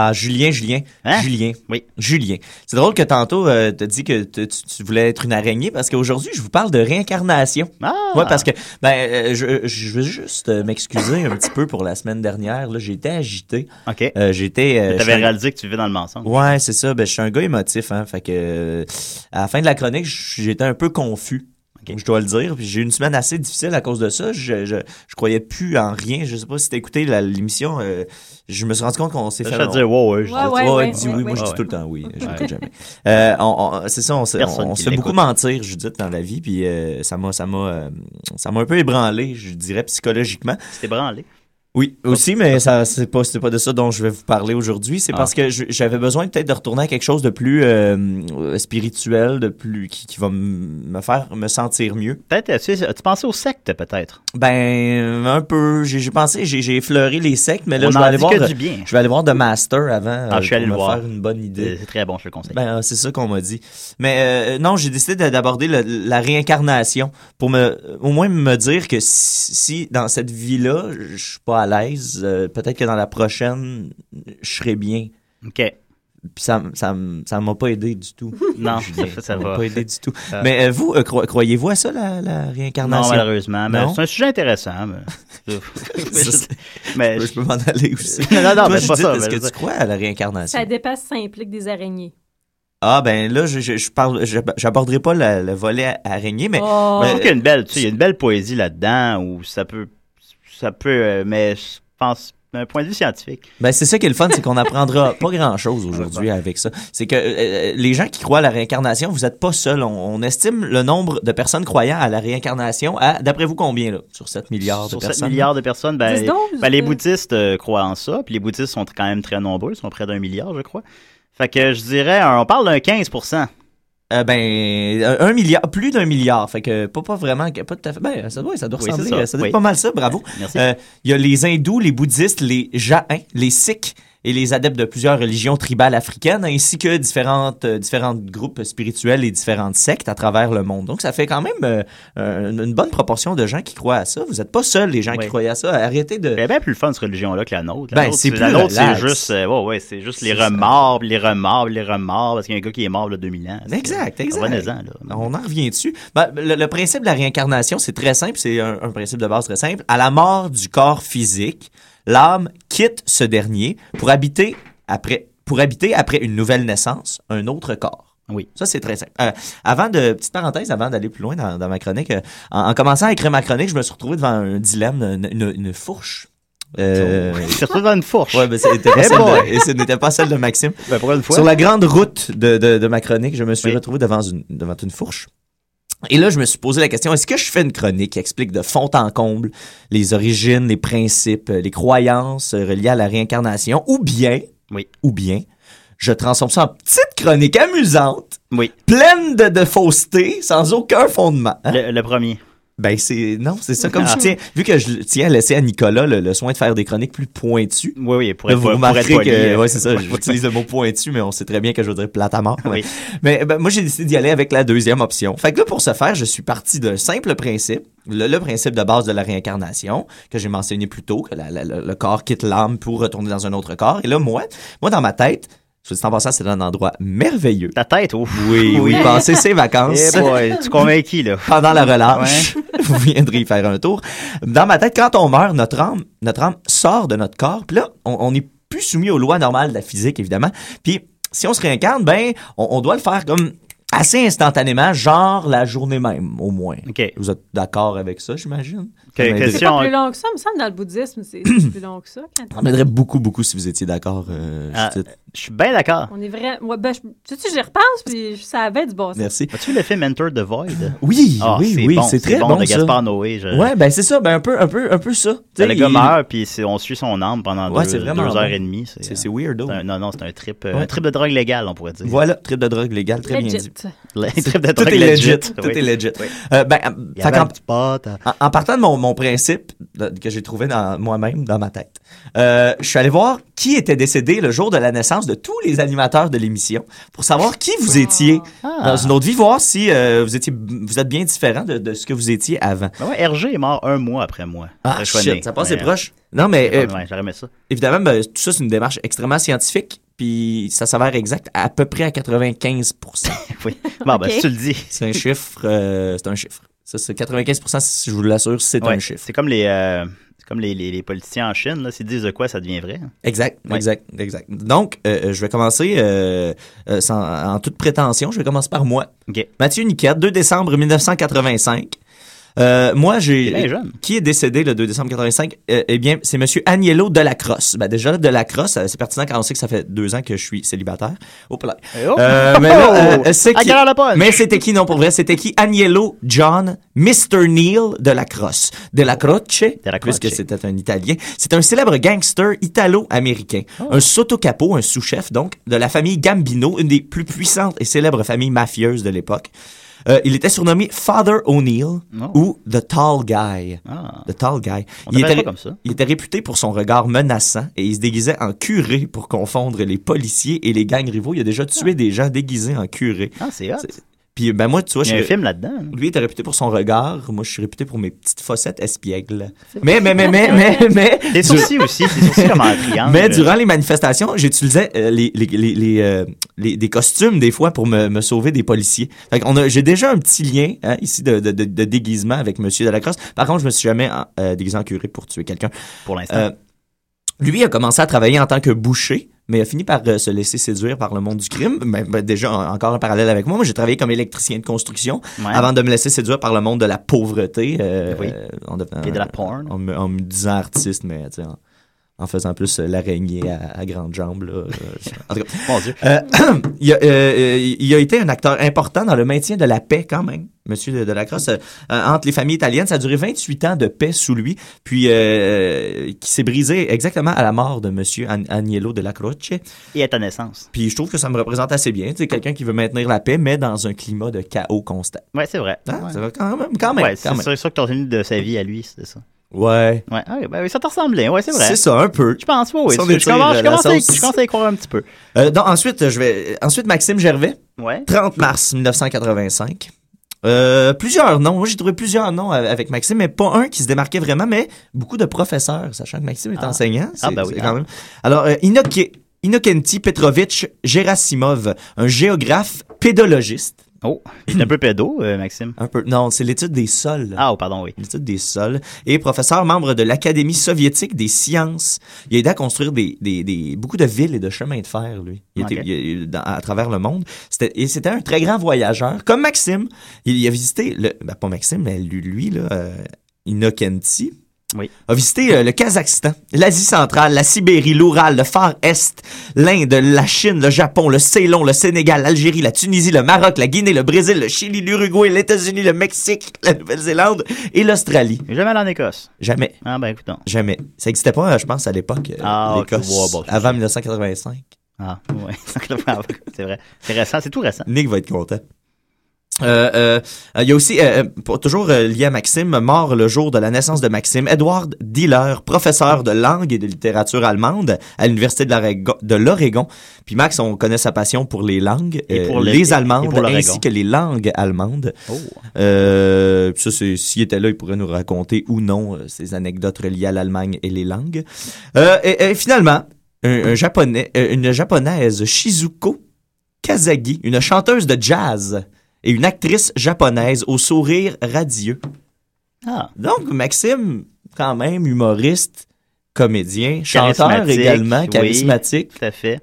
Ah, Julien, Julien. Julien.
Hein? Oui.
Julien. C'est drôle que tantôt, euh, t'as dit que t- tu, tu voulais être une araignée parce qu'aujourd'hui, je vous parle de réincarnation.
Ah!
Ouais, parce que, ben, euh, je, je veux juste euh, m'excuser un petit peu pour la semaine dernière. Là, j'étais agité.
OK.
Euh, j'étais. euh,
T'avais
j'étais-
réalisé que tu vivais dans le mensonge.
Ouais, c'est ça. Ben, je suis un gars émotif, hein. Fait que, euh, à la fin de la chronique, j- j'étais un peu confus. Je dois le dire. Puis j'ai eu une semaine assez difficile à cause de ça. Je, je, je croyais plus en rien. Je sais pas si t'as écouté la- l'émission. euh, je me suis rendu compte qu'on s'est
Je
fait.
vais te dire, ouais, ouais, je
je
dis- Ouais, ouais, ouais,
dis
ouais,
oui. Moi,
ouais.
je dis
Ouais.
tout le temps oui. Je
Ouais.
l'écoute jamais. Euh, on- on- c'est ça. On, se-
Personne
on- on
qui
se fait
l'écoute.
beaucoup mentir, Judith, dans la vie. Puis euh, ça m'a, ça m'a, euh, ça m'a un peu ébranlé, je dirais, psychologiquement.
C'était branlé.
Oui, aussi, mais ça, c'est pas, c'est pas de ça dont je vais vous parler aujourd'hui. C'est
Ah.
parce que je- j'avais besoin peut-être de retourner à quelque chose de plus euh, euh, spirituel, de plus qui, qui va m- me faire me sentir mieux.
Peut-être, as-tu as-tu pensé aux sectes, peut-être?
Ben, un peu. J'ai j'ai pensé, j'ai j'ai effleuré les sectes, mais là,
On
je
en
vais aller
dit
voir.
que
de-
du bien.
Je vais aller voir The Master avant. euh,
Ah, je suis allé
pour
le
me
voir.
faire une bonne idée.
Euh, C'est très bon, je le conseille.
Ben, euh, c'est ça qu'on m'a dit. Mais euh, non, j'ai décidé de- d'aborder le- la réincarnation pour me, euh, au moins me dire que si, si dans cette vie-là, je suis pas à l'aise, euh, peut-être que dans la prochaine, je serai bien.
OK.
Puis ça, m- ça, m- ça m'a pas aidé du tout.
Non,
Julien.
ça- ça
m'a
va.
pas aidé du tout.
Ça-
Mais euh, vous, euh, cro- croyez-vous à ça, la, la réincarnation?
Non, malheureusement. Mais
Non?
c'est un sujet intéressant. Mais,
Ça,
mais
je peux m'en aller aussi.
Non, non, non,
Toi,
mais
Judith,
pas ça.
Est-ce
mais-
que tu crois à la réincarnation?
Ça dépasse, ça implique des araignées.
Ah, ben là, je, je, je parle, je- j'aborderai pas la- le volet a- araignée, mais.
Oh.
Je trouve qu'il y a une belle, tu sais, il y a une belle poésie là-dedans où ça peut, ça peut, euh, mais je pense d'un point de vue scientifique.
Ben, c'est ça qui est le fun, c'est qu'on apprendra pas grand-chose aujourd'hui avec ça. C'est que euh, les gens qui croient à la réincarnation, vous n'êtes pas seuls. On, on estime le nombre de personnes croyant à la réincarnation à, d'après vous, combien, là? Sur 7 milliards
Sur
de
7
personnes?
milliards de personnes, ben,
10, 12,
ben, les
euh.
bouddhistes euh, croient en ça, puis les bouddhistes sont quand même très nombreux, ils sont près d'un milliard, je crois. Fait que je dirais, un- on parle d'un 15
Euh, ben, un un milliard, plus d'un milliard. Fait que pas, pas vraiment, que- pas tout à fait. Ben, ça doit, ça doit
Oui,
ressembler.
c'est ça.
Ça, doit être
Oui.
pas mal ça, bravo.
Merci.
Euh, Il y a les hindous, les bouddhistes, les jaïns, les sikhs et les adeptes de plusieurs religions tribales africaines, ainsi que différentes, euh, différentes groupes spirituels et différentes sectes à travers le monde. Donc, ça fait quand même euh, euh, une une bonne proportion de gens qui croient à ça. Vous n'êtes pas seuls, les gens qui croient à ça. Arrêtez de...
C'est bien plus fun, cette religion-là, que la nôtre.
Ben,
nôtre,
c'est plus
La nôtre, c'est
relax.
juste, euh, ouais, ouais, c'est juste les
C'est ça.
remords, puis les remords, puis les remords, parce qu'il y a un gars qui est mort, là, 2000 ans.
Exact,
C'est-
exact.
revenez-en, là.
On en revient dessus. Ben, le, le principe de la réincarnation, c'est très simple, c'est un, un principe de base très simple. À la mort du corps physique, l'âme quitte ce dernier pour habiter après, pour habiter après une nouvelle naissance, un autre corps.
Oui.
Ça, c'est très simple. Euh, avant de, petite parenthèse, avant d'aller plus loin dans, dans ma chronique, euh, en, en commençant à écrire ma chronique, je me suis retrouvé devant un dilemme, une, une- une fourche. Euh,
Il s'est retrouvé dans une fourche.
Ouais, mais c'était pas
Eh
celle
boy.
de- et ce n'était pas celle de Maxime.
Ben, pour une fois.
Sur la grande route de, de- de ma chronique, je me suis retrouvé devant une, devant une fourche. Et là, je me suis posé la question, est-ce que je fais une chronique qui explique de fond en comble les origines, les principes, euh, les croyances euh, reliées à la réincarnation, ou bien,
oui.
ou bien, je transforme ça en petite chronique amusante,
oui.
pleine de, de fausseté, sans aucun fondement. hein?
Le, premier.
Ben, c'est, non, c'est ça, comme
Ah.
je tiens, vu que je tiens à laisser à Nicolas le, le soin de faire des chroniques plus pointues.
Oui, oui, pour
Là,
être-
vous
pour
remarquerez
être poli,
que,
euh,
ouais, c'est ça,
ouais,
j'utilise le mot pointu, mais on sait très bien que je voudrais plate à mort. Mais ben, moi, j'ai décidé d'y aller avec la deuxième option. Fait que là, pour ce faire, je suis parti d'un simple principe, le, le principe de base de la réincarnation, que j'ai mentionné plus tôt, que la- la- le, le corps quitte l'âme pour retourner dans un autre corps. Et là, moi, moi, dans ma tête, soit dit en passant, c'est un endroit merveilleux.
Ta tête, ouf.
Oui, oui,
Oui.
passer ses vacances.
Eh boy, tu convaincs qui, là?
Pendant la relâche, vous viendrez y faire un tour. Dans ma tête, quand on meurt, notre âme, notre âme sort de notre corps. Puis là, on on n'est plus soumis aux lois normales de la physique, évidemment. Puis si on se réincarne, ben, on, on doit le faire comme assez instantanément, genre la journée même, au moins. Vous êtes d'accord avec ça, j'imagine? Ça m'aiderait-
C'est pas plus long que ça, il me semble, dans le bouddhisme, c'est c'est plus long que ça. quand-
Ça m'aiderait beaucoup, beaucoup si vous étiez d'accord. euh,
Ah.
je suis-
Je suis bien d'accord.
On est vrai. Ouais, ben, je, tu sais, j'y repense, puis je savais du bon sens.
Merci.
As-tu le film Enter the Void?
Oui,
Ah,
oui,
c'est
oui,
bon,
c'est très
bon.
bon,
de
ça.
Gaspard Noé. je-
Ouais, ben c'est ça, ben un peu, un peu, un peu ça. Tu sais,
Euh. le gars
il-
meurt, puis c'est- on suit son âme pendant
Ouais,
deux,
c'est vraiment
deux heures
bon.
et demie.
C'est- c'est weirdo.
c'est un- Non, non, c'est un trip, euh,
Ouais.
un trip de drogue légale, on pourrait dire.
Voilà, trip de drogue légale, très
Legit.
bien dit.
Le-
C'est-
trip de
tout
drogue
est legit.
legit,
Tout
oui.
est legit.
Oui.
Euh, ben,
Il y
fait
avait
qu'en-
un petit pote, hein.
en, en partant de mon, mon principe de- que j'ai trouvé dans moi-même, dans ma tête, euh, je suis allé voir qui était décédé le jour de la naissance de tous les animateurs de l'émission pour savoir qui vous étiez
Ah.
dans une autre vie, voir si euh, vous, étiez, vous êtes bien différent de, de ce que vous étiez avant.
Ben ouais, Hergé est mort un mois après moi.
Ah,
Après que je sois
shit,
né.
ça passe, c'est
Ouais,
proche. Non, mais,
Ouais,
euh,
ouais, j'aurais aimé ça.
Évidemment, ben, tout ça, c'est une démarche extrêmement scientifique, puis ça s'avère exact à peu près à 95
Oui. Bon, ben, Ok. si tu le dis.
C'est un chiffre. euh, c'est un chiffre. Ça, c'est 95 si je vous l'assure, c'est
Ouais,
un chiffre.
C'est comme les, euh, c'est comme les, les, les politiciens en Chine, là. S'ils disent de quoi, ça devient vrai. hein.
Exact,
Ouais.
exact, exact. Donc, euh, euh, je vais commencer euh, euh, sans, en toute prétention, je vais commencer par moi. Mathieu Niquette, 2 décembre 1985. Euh, moi, j'ai.
Il est bien jeune.
Qui est décédé le 2 décembre 85? Euh, eh bien, c'est Monsieur Agnello Delacrosse. Ben, déjà, Delacrosse, euh, c'est pertinent quand on sait que ça fait deux ans que je suis célibataire. Oh, là.
Eh oh!
Euh, mais là, euh, c'est
Ah,
qui-
Carole Lapointe!
Mais c'était qui, non, pour vrai? C'était qui? Agnello John Mr. Neil Delacrosse. Delacroce, puisque c'était un Italien. C'est un célèbre gangster italo-américain.
Oh.
Un sotocapo, un sous-chef, donc, de la famille Gambino, une des plus puissantes et célèbres familles mafieuses de l'époque. Euh, il était surnommé Father O'Neill ou The Tall Guy. The Tall Guy.
Ah. On
Il
t'appelle
était,
pas comme ça.
il était réputé pour son regard menaçant et il se déguisait en curé pour confondre les policiers et les gangs rivaux. Il a déjà tué des gens déguisés en curé.
Ah, c'est hot.
Puis ben moi, tu vois,
Il y a
je-
un film là-dedans, hein.
Lui était réputé pour son regard. Moi, je suis réputé pour mes petites fossettes espiègles. Mais mais mais mais mais mais.
Les sourcils aussi, les sourcils comme en triangle.
Mais durant les manifestations, j'utilisais euh, les, les, les, les, euh, les- des costumes des fois pour me, me sauver des policiers. Fait qu'on a, j'ai déjà un petit lien hein, ici de, de, de, de déguisement avec Monsieur Delacrosse. Par contre, je me suis jamais euh, déguisé en curé pour tuer quelqu'un.
Pour l'instant.
Euh, lui a commencé à travailler en tant que boucher, mais a fini par euh, se laisser séduire par le monde du crime. Ben, ben, déjà, en- encore un parallèle avec moi. Moi, j'ai travaillé comme électricien de construction
Ouais.
avant de me laisser séduire par le monde de la pauvreté. euh,
Oui.
euh, en devenant-
Et de la porn.
En, me- en me disant artiste, mais tu sais, en- en, en faisant plus euh, l'araignée à, à grandes jambes. Là. Euh, en tout cas, mon Dieu. Euh, il, a, euh, euh, il a été un acteur important dans le maintien de la paix quand même. Monsieur de, de la Crosse, euh, euh, entre les familles italiennes, ça a duré 28 ans de paix sous lui, puis euh, qui s'est brisé exactement à la mort de Monsieur An- Agnello de la Croce.
Et à ta naissance.
Puis je trouve que ça me représente assez bien. C'est quelqu'un qui veut maintenir la paix, mais dans un climat de chaos constant.
Ouais, c'est vrai.
Hein? Ça va quand même, quand même,
Ouais, c'est
quand même.
sûr, sûr que t'as retenu de sa vie à lui, c'est ça.
Ouais.
Ouais, ah, ben oui, ça te ressemble bien, ouais, c'est vrai.
C'est ça, un peu.
Je pense, oui, oui.
Si on
Je, je
étire,
commence,
euh,
je
la
commence à, y-
sauce.
je commence à y croire un petit peu.
Euh, donc, ensuite, je vais. Ensuite, Maxime Gervais.
Ouais.
30 mars 1985. Euh, plusieurs noms. Moi, j'ai trouvé plusieurs noms a- avec Maxime, mais pas un qui se démarquait vraiment, mais beaucoup de professeurs, sachant que Maxime est
Ah.
enseignant.
Ah,
c'est-
ben oui,
c'est
ah.
Quand même. Alors, euh, Inoké- Inokenti Petrovitch Gerasimov, un géographe pédologiste.
Oh, il est un peu pédo, euh, Maxime.
Un peu. Non, c'est l'étude des sols.
Ah, oh, pardon, oui.
L'étude des sols. Et professeur, membre de l'Académie soviétique des sciences. Il a aidé à construire des, des- des- beaucoup de villes et de chemins de fer, lui. Il était-
Ok.
il- dans- à travers le monde. C'était, et c'était un très grand voyageur, comme Maxime. Il, il a visité, le, ben, pas Maxime, mais lui, lui, là, euh, Inokenti,
Oui.
a visité euh, le Kazakhstan, l'Asie centrale, la Sibérie, l'Oural, le Far Est, l'Inde, la Chine, le Japon, le Ceylon, le Sénégal, l'Algérie, la Tunisie, le Maroc, la Guinée, le Brésil, le Chili, l'Uruguay, les États-Unis, le Mexique, la Nouvelle-Zélande et l'Australie.
Jamais allé en Écosse.
Jamais.
Ah, ben écoute, non.
Jamais. Ça n'existait pas, euh, je pense, à l'époque, euh,
Ah, ok.
l'Écosse,
Ouais, bon, c'est
avant 1985.
Ah, ouais. c'est vrai. C'est récent, c'est tout récent.
Nick va être content. Euh, euh, Il y a aussi, euh, pour- toujours euh, lié à Maxime, mort le jour de la naissance de Maxime, Edward Diller, professeur de langue et de littérature allemande à l'Université de l'Oregon- de l'Oregon. Puis Max, on connaît sa passion pour les langues,
Et
euh,
pour le-
les,
et- et
allemandes,
pour l'Oregon.
ainsi que les langues allemandes.
Oh.
Euh, puis ça, c'est- s'il était là, il pourrait nous raconter ou non euh, ces anecdotes reliées à l'Allemagne et les langues. Euh, et, et finalement, un, un japonais, euh, une japonaise, Shizuko Kazagi, une chanteuse de jazz et une actrice japonaise au sourire radieux.
Ah.
Donc, Maxime, quand même humoriste, comédien, chanteur
Charismatique,
également,
oui,
charismatique.
tout à fait.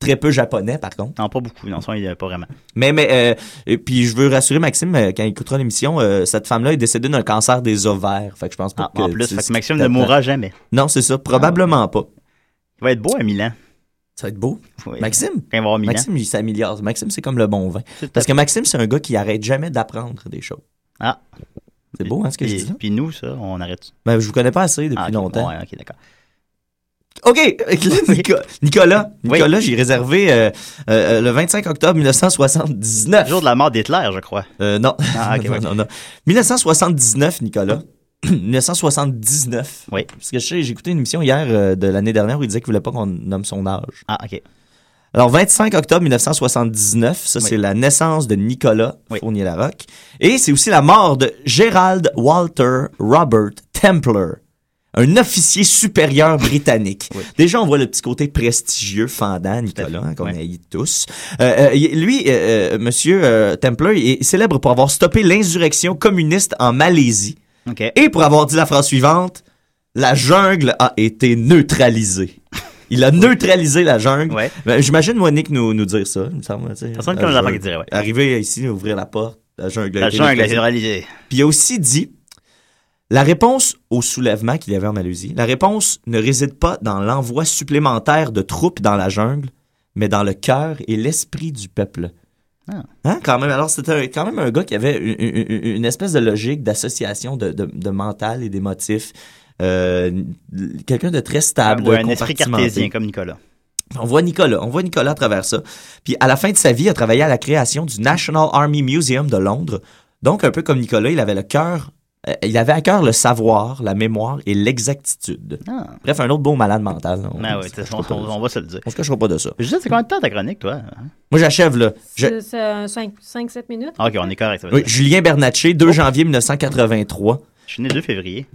Très peu japonais, par contre.
Non, pas beaucoup. Non, ça, il n'y a pas vraiment.
Mais, mais euh, et puis je veux rassurer Maxime, euh, quand il écoutera l'émission, euh, cette femme-là est décédée d'un cancer des ovaires. Fait que je pense pas
Ah, en
que-
plus,
tu-
fait
tu-
que Maxime
t'attends.
ne mourra jamais.
Non, c'est ça. Probablement pas.
Il va être beau à Milan.
Ça va être beau.
Oui.
Maxime?
Quand il va avoir Milan.
Maxime, il s'améliore. Maxime, c'est comme le bon vin.
Tout à
Parce que
fait.
Maxime, c'est un gars qui arrête jamais d'apprendre des choses.
Ah.
C'est beau, hein, ce que je
Puis-
dis là?
Puis nous, ça, on arrête.
Ben, je vous connais pas assez depuis
Ah, ok.
longtemps.
Ouais, ok, d'accord.
OK, euh, Nico- Nicolas, Nicolas, j'ai réservé euh, euh, euh, le 25 octobre 1979.
Jour de la mort d'Hitler, je crois.
Euh, non.
Ah, ok,
Non,
ok.
non, non. 1979, Nicolas. 1979.
Oui.
Parce que je sais, j'ai écouté une émission hier euh, de l'année dernière où il disait qu'il voulait pas qu'on nomme son âge.
Ah, ok.
Alors, 25 octobre 1979, ça,
Oui.
c'est la naissance de Nicolas Fournier-Larocque. Et c'est aussi la mort de Gerald Walter Robert Templer, un officier supérieur britannique. Déjà, on voit le petit côté prestigieux, fendant, Nicolas, hein, qu'on
Ouais.
haït tous. Euh, euh, y- lui, euh, euh, monsieur euh, Templer, il est célèbre pour avoir stoppé l'insurrection communiste en Malaisie
Ok.
et pour avoir dit la phrase suivante la jungle a été neutralisée. Il a neutralisé la jungle.
Ouais.
Ben, J'imagine Monique nous, nous dire ça, il me semble. tu sais.
Ça sonne comme un
La
enfant
jungle.
qui dirait, ouais.
Arriver ici, ouvrir la porte, la jungle a
La
été
jungle a été
neutralisée.
réalisée.
Puis il a aussi dit la réponse au soulèvement qu'il y avait en Malaisie, la réponse ne réside pas dans l'envoi supplémentaire de troupes dans la jungle, mais dans le cœur et l'esprit du peuple.
Ah.
Hein, quand même. Alors, c'était un- quand même un gars qui avait une, une- une espèce de logique d'association de, de- de mental et d'émotif. Euh, Quelqu'un de très stable.
Ou Ah, un esprit
compartimenté.
cartésien comme Nicolas.
On voit Nicolas, on voit Nicolas à travers ça. Puis à la fin de sa vie, il a travaillé à la création du National Army Museum de Londres. Donc un peu comme Nicolas, il avait le cœur, euh, il avait à cœur le savoir, la mémoire et l'exactitude.
Ah.
Bref, un autre beau malade mental. hein. là. On,
Ah oui, on, on- on va se le dire.
on se cachera pas de ça.
Je sais, c'est combien de temps ta chronique, toi?
Moi j'achève là. Je-
C'est- C'est 5-7 minutes.
Ah, ok, on est correct. ça va
Oui,
être ça.
Julien Bernatchez,
Oh.
2 janvier 1983.
Je suis né le 2 février.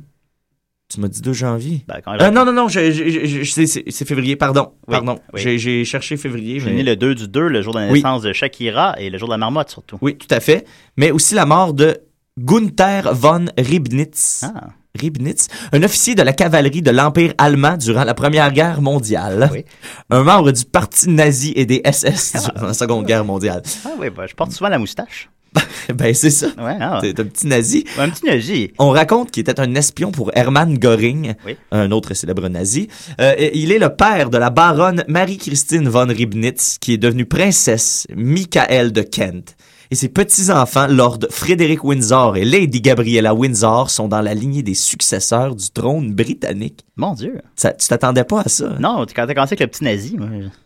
Tu m'as dit 2 janvier.
Ben, quand
Euh, non, non, non, je- je- je- je- c'est- c'est c'est février, pardon.
Oui,
pardon.
oui.
J'ai- J'ai cherché février.
Je suis né
mais-
le 2 du 2, le jour de la
Oui.
naissance de Shakira et le jour de la marmotte, surtout.
Oui, tout à fait. Mais aussi la mort de Gunther von Ribnitz.
Ah.
Ribnitz, un officier de la cavalerie de l'Empire allemand durant la Première Guerre mondiale.
Oui.
Un membre du parti nazi et des SS durant la Seconde Guerre mondiale.
Ah oui, ben, je porte souvent la moustache.
ben, c'est ça.
Ah.
T'es t'es un petit nazi. un petit nazi. On raconte qu'il était un espion pour Hermann Göring,
Oui.
un autre célèbre nazi. Euh, et il est le père de la baronne Marie-Christine von Ribnitz, qui est devenue princesse Michael de Kent. Et ses petits-enfants, Lord Frédéric Windsor et Lady Gabriella Windsor, sont dans la lignée des successeurs du trône britannique. Mon Dieu! tu t'attendais pas à ça? Non, quand t'as commencé avec le petit nazi,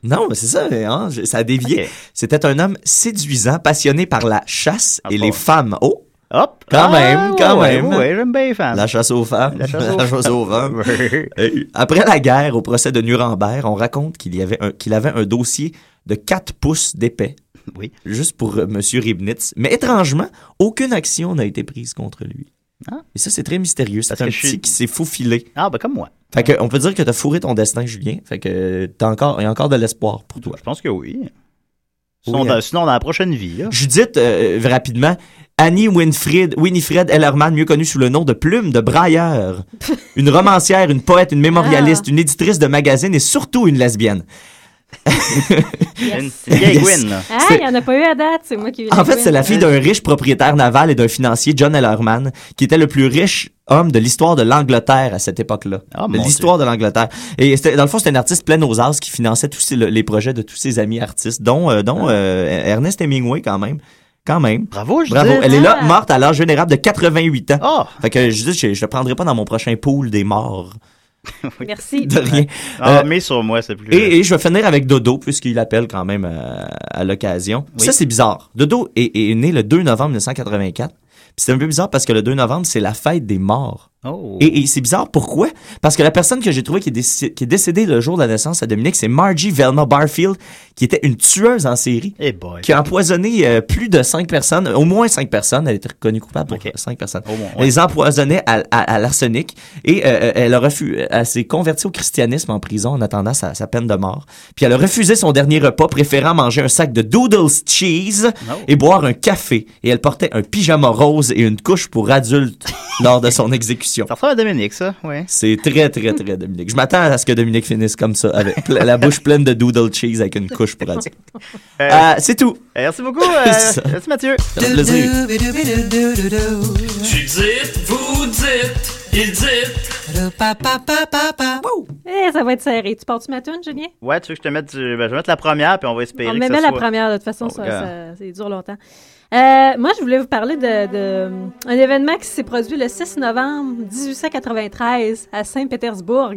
Non, mais c'est ça, hein, je- ça a dévié. C'était un homme séduisant, passionné par la chasse
Ah
et les femmes. Oh! Hop! Quand même, quand
ouais,
même!
ouais, j'aime bien les femmes.
La chasse aux femmes.
Ah. La chasse aux
femmes. Hey. Euh, Après la guerre, au procès de Nuremberg, on raconte qu'il y avait un, qu'il avait un dossier de 4 pouces d'épais. Oui. Juste pour euh, Monsieur M. Ribnitz. Mais étrangement, aucune action n'a été prise contre lui.
Ah.
Et ça, c'est très mystérieux. C'est un
que
petit
je suis-
qui s'est faufilé.
Ah, ben comme moi.
Fait que, on peut dire que t'as fourré ton destin, Julien. Fait que, t'as encore, il y a encore de l'espoir pour toi.
Je pense que oui.
Oui,
Sinon, dans-
hein.
sinon, dans la prochaine vie, là.
Judith, euh, rapidement, Annie Winfried, Winifred Ellerman, mieux connue sous le nom de Plume de Brailleur. Une romancière, une poète, une mémorialiste,
Ah.
une éditrice de magazines et surtout une lesbienne.
Une vieille
Yes.
Gwyn, là.
Ah, il n'y en a pas eu à date, c'est moi qui ai eu la
En fait,
win.
c'est la fille d'un riche propriétaire naval et d'un financier, John Ellerman, qui était le plus riche homme de l'histoire de l'Angleterre à cette époque-là. De
Oh, mon
l'histoire de l'Angleterre. Et c'était- dans le fond, c'était un artiste plein aux as qui finançait tous ses- le- les projets de tous ses amis artistes, dont, euh, dont euh, Ernest Hemingway quand même. Quand même. Bravo,
Judith.
Bravo. Elle est là,
Ah.
morte à l'âge vénérable de 88 ans.
Oh.
Fait que je dis, je, je le prendrai pas dans mon prochain pool des morts.
Merci.
De rien.
Ah,
Euh,
mais sur moi, c'est plus.
et, et je vais finir avec Dodo, puisqu'il appelle quand même euh, à l'occasion.
Oui.
Ça, c'est bizarre. Dodo est, est né le 2 novembre 1984. Puis c'est un peu bizarre parce que le 2 novembre, c'est la fête des morts.
Oh.
Et, et c'est bizarre, pourquoi? Parce que la personne que j'ai trouvée qui est, décé- qui est décédée le jour de la naissance à Dominique, c'est Margie Velma Barfield, qui était une tueuse en série,
Eh boy.
qui a empoisonné euh, plus de cinq personnes, au moins cinq personnes, elle était reconnue coupable pour cinq personnes.
moins, ouais.
Elle les empoisonnait à, à- à l'arsenic et euh, euh, elle, a refu- elle s'est convertie au christianisme en prison en attendant sa, sa peine de mort. Puis elle a refusé son dernier repas, préférant manger un sac de doodles cheese et boire un café. Et elle portait un pyjama rose et une couche pour adultes lors de son exécution.
Ça ressemble à Dominique, ça, ouais.
C'est très, très, très Dominique. Je m'attends à ce que Dominique finisse comme ça, avec ple- la bouche pleine de doodle cheese avec une couche pour adultes. Euh, c'est tout.
Merci beaucoup, euh,
C'est ça.
merci Mathieu.
Ça fait plaisir.
Euh,
Judith, vous dites, il dit.
Papa, papa, papa. Eh, ça va être serré. Tu portes-tu ma tune, Julien?
Ouais, tu veux que je te mette du. ben, je vais mettre la première, puis on va espérer.
On
que
met
ça
bien la
soit-
première, de toute façon,
Oh,
ça,
gars.
ça- c'est dur longtemps. Euh, moi, je voulais vous parler d'un de, un événement qui s'est produit le 6 novembre 1893 à Saint-Pétersbourg.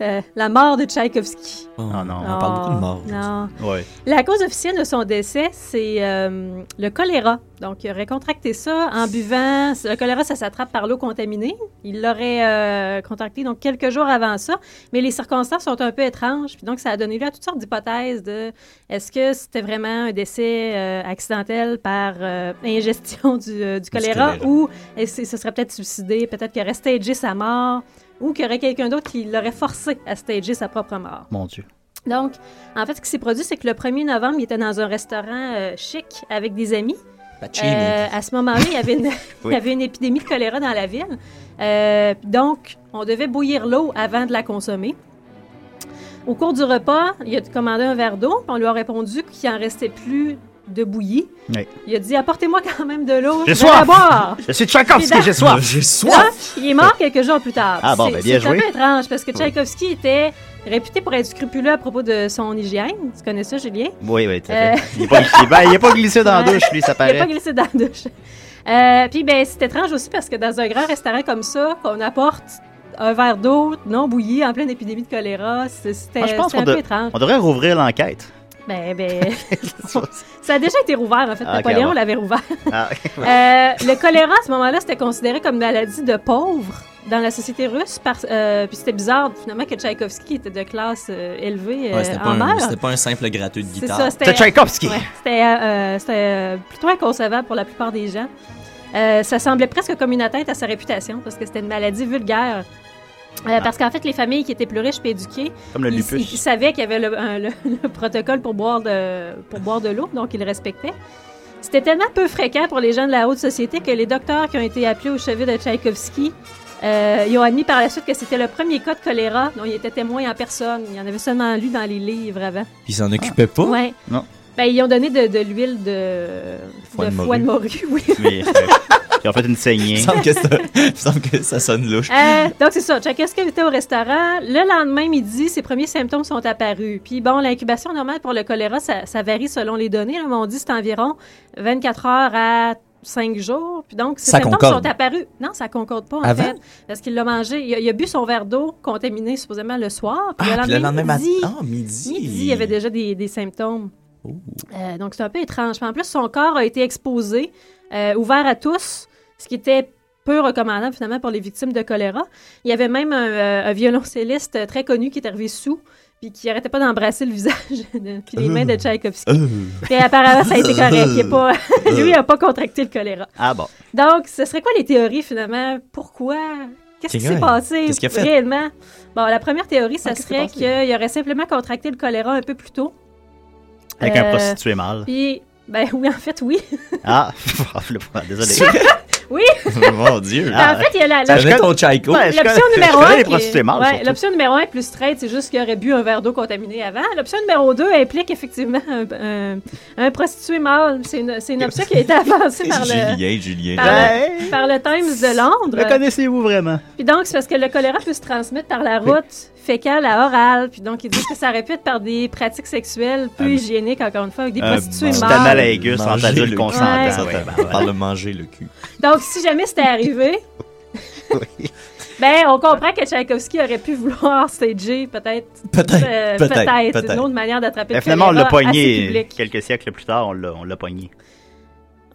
Euh, la mort de Tchaïkovski.
Ah,
non, non,
on parle beaucoup de mort aujourd'hui. non.
Ouais.
La cause officielle de son décès, c'est euh, le choléra. Donc, il aurait contracté ça en buvant. Le choléra, ça s'attrape par l'eau contaminée. Il l'aurait euh, contracté donc quelques jours avant ça. Mais les circonstances sont un peu étranges. Puis donc, ça a donné lieu à toutes sortes d'hypothèses de est-ce que c'était vraiment un décès euh, accidentel par euh, ingestion du, euh, du choléra,
choléra.
ou est-ce que ce serait peut-être suicidé, peut-être qu'il aurait stagé sa mort ou qu'il y aurait quelqu'un d'autre qui l'aurait forcé à stager sa propre mort.
Mon Dieu.
Donc, en fait, ce qui s'est produit, c'est que le 1er novembre, il était dans un restaurant euh, chic avec des amis.
Pacini.
Euh, à ce moment-là, il y avait une, il y avait une épidémie de choléra dans la ville. Euh, donc, on devait bouillir l'eau avant de la consommer. Au cours du repas, il a commandé un verre d'eau. puis On lui a répondu qu'il en restait plus de bouillie.
Ouais.
Il a dit Apportez-moi quand même de l'eau.
J'ai
je vais la
soif.
boire.
Je suis Tchaïkovski,
Puis dans-
j'ai soif. Hein? J'ai
Là, il est mort quelques jours plus tard.
Ah bon,
C'est-
ben, bien
C'est un
joué.
peu étrange parce que Tchaïkovski était réputé pour être scrupuleux à propos de son hygiène. Tu connais ça, Julien?
Oui, oui, tout à
Euh.
fait. Il est pas glissé- ben, il est pas glissé dans la
Ouais.
douche, lui, ça
Il a pas
paraît.
glissé dans la douche. Euh, puis, ben, c'est étrange aussi parce que dans un grand restaurant comme ça, qu'on apporte un verre d'eau non bouilli en pleine épidémie de choléra, c'est- c'était
Moi, Ah, je pense
c'était un
qu'on
peu
de-
étrange.
on devrait rouvrir l'enquête.
Ben, ben, ça a déjà été rouvert, en fait.
Ah, ok,
Napoléon
ouais.
l'avait rouvert.
Ah,
Euh, le choléra, à ce moment-là, c'était considéré comme une maladie de pauvre dans la société russe. par- euh, puis c'était bizarre, finalement, que Tchaïkovski qui était de classe euh, élevée euh,
Ouais, c'était, pas
en
un,
meure.
c'était pas un simple gratteux de
C'est
guitare.
ça, c'était... Ouais, c'était euh, c'était, euh, plutôt inconcevable pour la plupart des gens. Euh, ça semblait presque comme une atteinte à sa réputation, parce que c'était une maladie vulgaire. Euh,
Ah.
Parce qu'en fait, les familles qui étaient plus riches et éduquées,
Comme le
ils,
lupus.
ils savaient qu'il y avait le, un- le- le protocole pour boire de, pour boire de l'eau, donc ils le respectaient. C'était tellement peu fréquent pour les gens de la haute société que les docteurs qui ont été appelés au chevet de Tchaïkovski, euh, ils ont admis par la suite que c'était le premier cas de choléra dont il était témoin en personne. Il y en avait seulement lu dans les livres avant.
Puis il s'en occupait pas.
Ouais.
Non.
Ben, ils ont donné de, de l'huile de,
Foie
de
de
foie de morue, oui.
Mais, euh, ils ont fait une saignée.
Il me semble que ça- il me semble que ça sonne louche.
Euh, donc, c'est ça. Check, est-ce qu'elle était au restaurant? Le lendemain midi, ses premiers symptômes sont apparus. Puis, bon, l'incubation normale pour le choléra, ça, ça varie selon les données. Là, mais on dit que c'est environ 24 heures à 5 jours. Puis, donc, ses
Ça
symptômes
concorde.
sont apparus. Non, ça concorde pas, en
Avant?
fait. Parce qu'il l'a mangé. Il a, il a bu son verre d'eau contaminé, supposément, le soir. Puis,
Ah, puis le lendemain matin.
midi,
Ah, midi.
midi, il y avait déjà des, des symptômes. Euh, donc, c'est un peu étrange. Puis En plus, son corps a été exposé, euh, ouvert à tous, ce qui était peu recommandable finalement pour les victimes de choléra. Il y avait même un, euh, un violoncelliste très connu qui est arrivé sous puis qui arrêtait pas d'embrasser le visage de- puis les mains de Tchaïkovski.
Euh.
Puis apparemment, ça a été correct. Il est pas, lui, il n'a pas contracté le choléra.
Ah bon.
Donc, ce serait quoi les théories finalement? Pourquoi? Qu'est-ce qui
Quelqu'un,
s'est passé
qu'est-ce qu'il a fait?
réellement? Bon, la première théorie,
Ah,
ça serait
passé?
qu'il aurait simplement contracté le choléra un peu plus tôt.
Avec un
Euh,
prostitué mâle.
Puis, ben oui, en fait, oui.
Ah, le point, désolé.
oui.
Mon Dieu.
Ben, en fait, il y a la-
Ah, Ça,
la-
je connais
ton Tchaïko.
Ouais, je
L'option
connais- je
numéro
connais
un
les
qui
prostituées
est-
mâles,
ouais,
surtout.
l'option numéro un est plus straight, c'est juste qu'il aurait bu un verre d'eau contaminé avant. L'option numéro 2 implique effectivement un, un- un prostitué mâle. C'est une, c'est une option qui a été avancée par le,
Julien, Julien.
par, le, par le Times de Londres.
Le connaissez-vous vraiment?
Puis donc, c'est parce que le choléra peut se transmettre par la route fécale à orale. Puis donc, ils disent que ça répète par des pratiques sexuelles
Ah,
peu hygiéniques, encore une fois, avec des
Euh,
prostituées
C'est
mâles.
un malagus en
Manger
adulte
le-
consentant.
Ouais.
ouais, ben ouais.
Par le manger le cul.
Donc, si jamais c'était arrivé, ben, on comprend que Tchaïkovski aurait pu vouloir stager peut-être
Peut-être,
euh,
peut-être,
peut-être,
peut-être.
une autre manière d'attraper le
Mais Eh, finalement, on l'a
choléra assez
pogné
public.
quelques siècles plus tard, on l'a on l'a pogné.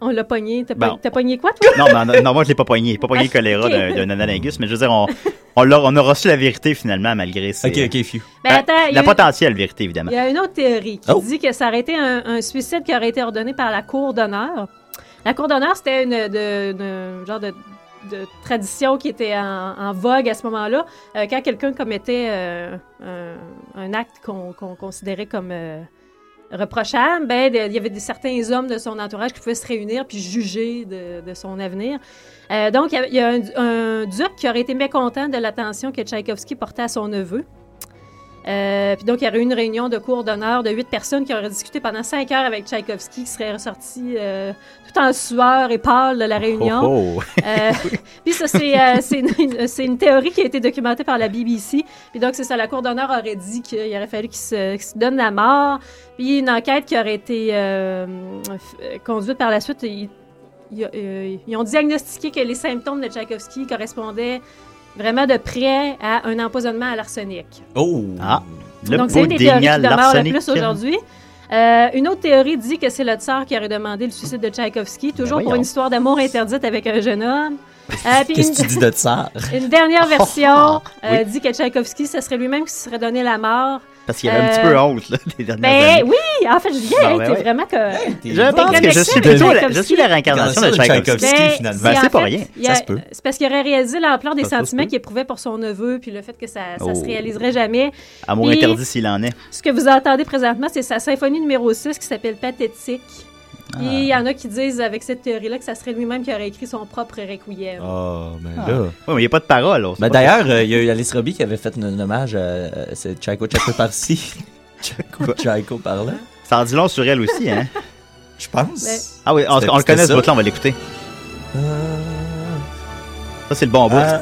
On l'a pogné. T'as
Bon.
pogné- t'as pogné quoi, toi?
Non, mais, non, moi, je l'ai pas pogné. Pas pogné le choléra
Ah, Ok.
d'un- d'un analingus, mais je veux dire, on, on, l'a- on a reçu la vérité finalement, malgré ses...
Ok, ok, few.
Ben, attends, il y a
la
eu-
potentielle vérité, évidemment.
Il y a une autre théorie qui
Oh.
dit que ça aurait été un, un suicide qui aurait été ordonné par la cour d'honneur. La cour d'honneur, c'était une, de- de- genre de, de tradition qui était en, en vogue à ce moment-là. Euh, quand quelqu'un commettait euh, un, un acte qu'on qu'on considérait comme euh, reprochable, ben, de- il y avait des, certains hommes de son entourage qui pouvaient se réunir puis juger de, de son avenir. Euh, donc, il y a- il y a, un, un duc qui aurait été mécontent de l'attention que Tchaïkovski portait à son neveu. Euh, puis donc, il y aurait eu une réunion de cours d'honneur de huit personnes qui auraient discuté pendant cinq heures avec Tchaïkovski, qui serait ressorti euh, tout en sueur et pâle de la réunion.
Oh, oh.
Euh, puis ça, c'est euh, c'est une, c'est une théorie qui a été documentée par la BBC. Puis donc, c'est ça, la Cour d'honneur aurait dit qu'il aurait fallu qu'il se, qu'il se donne la mort. Puis une enquête qui aurait été euh, f- euh, conduite par la suite. Ils, ils- euh, ils ont diagnostiqué que les symptômes de Tchaïkovski correspondaient vraiment de près à un empoisonnement à l'arsenic.
Oh!
Ah, le
Donc, c'est une des théories qui
boudinial
demeure le
l'arsenic.
plus aujourd'hui. Euh, une autre théorie dit que c'est le tsar qui aurait demandé le suicide de Tchaïkovski,
Ben
toujours pour
voyons.
une histoire d'amour interdite avec un jeune homme. Euh, puis
Qu'est-ce que
une-
tu dis de ça?
Une dernière version euh,
Oh, Oui.
dit que Tchaïkovski, ce serait lui-même qui se serait donné la mort.
Parce qu'il y avait un petit
Euh,
peu honte, là, des dernières années.
Ben oui, en fait, Julien,
Bon,
hey,
ben
t'es
ouais.
vraiment que.
Je pense que je suis plutôt la, je suis la réincarnation de Tchaïkovski, finalement.
Ben,
Ben,
en
c'est pas
fait,
rien.
il y a- C'est parce qu'il aurait réalisé l'ampleur des
Ça, ça se
sentiments
peut.
qu'il éprouvait pour son neveu, puis le fait que ça, ça se
Oh.
réaliserait jamais.
Amour
Puis,
interdit s'il en est.
Ce que vous entendez présentement, c'est sa symphonie numéro 6 qui s'appelle Pathétique. Puis il y en a qui disent avec cette théorie-là que ça serait lui-même qui aurait écrit son propre requiem.
Oh, mais
Ah.
là.
Oui, mais il n'y a pas de parole. on sait
Mais
pas
d'ailleurs, euh, il y a eu Alice Robbie qui avait fait un hommage à euh, c'est Chaiko Chaiko par-ci. Chaiko Chaiko par-là.
Ça en dit long sur elle aussi, hein?
Je pense.
Ouais. Ah oui, on,
C'était-
on le
c'était
connaît ce
ça.
bout-là, on va l'écouter.
Euh.
Ça, c'est le Ah bon bout. Ça,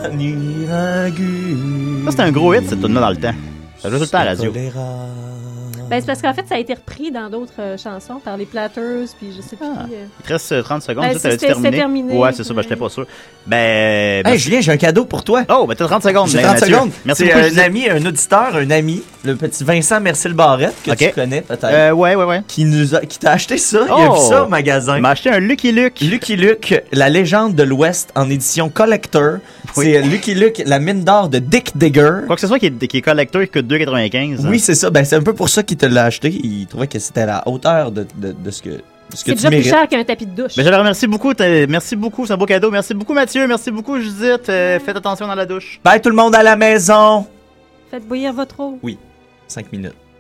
c'était un gros hit, cette tune-là, dans le temps. Ça jouait tout le temps à la radio.
Ben, c'est parce qu'en fait, ça a été repris dans d'autres euh, chansons par les Platters, puis je sais plus. qui, euh.
Il te reste euh, 30 secondes,
Ben,
tu
c'est-
t'avais
c'était-
terminé.
c'était terminé.
Ouais, c'est ça, ben, j'étais pas sûr. Ben.
Hey, Julien, j'ai un cadeau pour toi.
Oh, ben t'as 30 secondes.
J'ai
ben,
30
Mathieu.
secondes.
Merci
C'est
beaucoup.
un
Gisèle.
ami, un auditeur, un ami, le petit Vincent Mercil Barrette, que tu connais peut-être.
Euh, ouais, ouais, ouais.
Qui, nous a- qui t'a acheté ça. Il a vu
Oh!
ça au magasin.
m'a acheté un Lucky Luke.
Lucky Luke, la légende de l'Ouest en édition collector. C'est euh, Lucky Luke, la mine d'or de Dick Digger.
Quoi que ce soit qui est, qui est collecteur, il coûte 2,95.
Oui, c'est ça. Ben, c'est un peu pour ça qu'il te l'a acheté. Il trouvait que c'était à la hauteur de, de, de ce que, de ce que
C'est
tu
déjà plus
mérites.
cher qu'un tapis de douche.
Ben, je le remercie beaucoup. t'as- Merci beaucoup, c'est un beau cadeau. Merci beaucoup, Mathieu. Merci beaucoup, Judith. Euh, faites attention dans la douche.
Bye tout le monde à la maison.
Faites bouillir votre eau.
Oui, 5 minutes.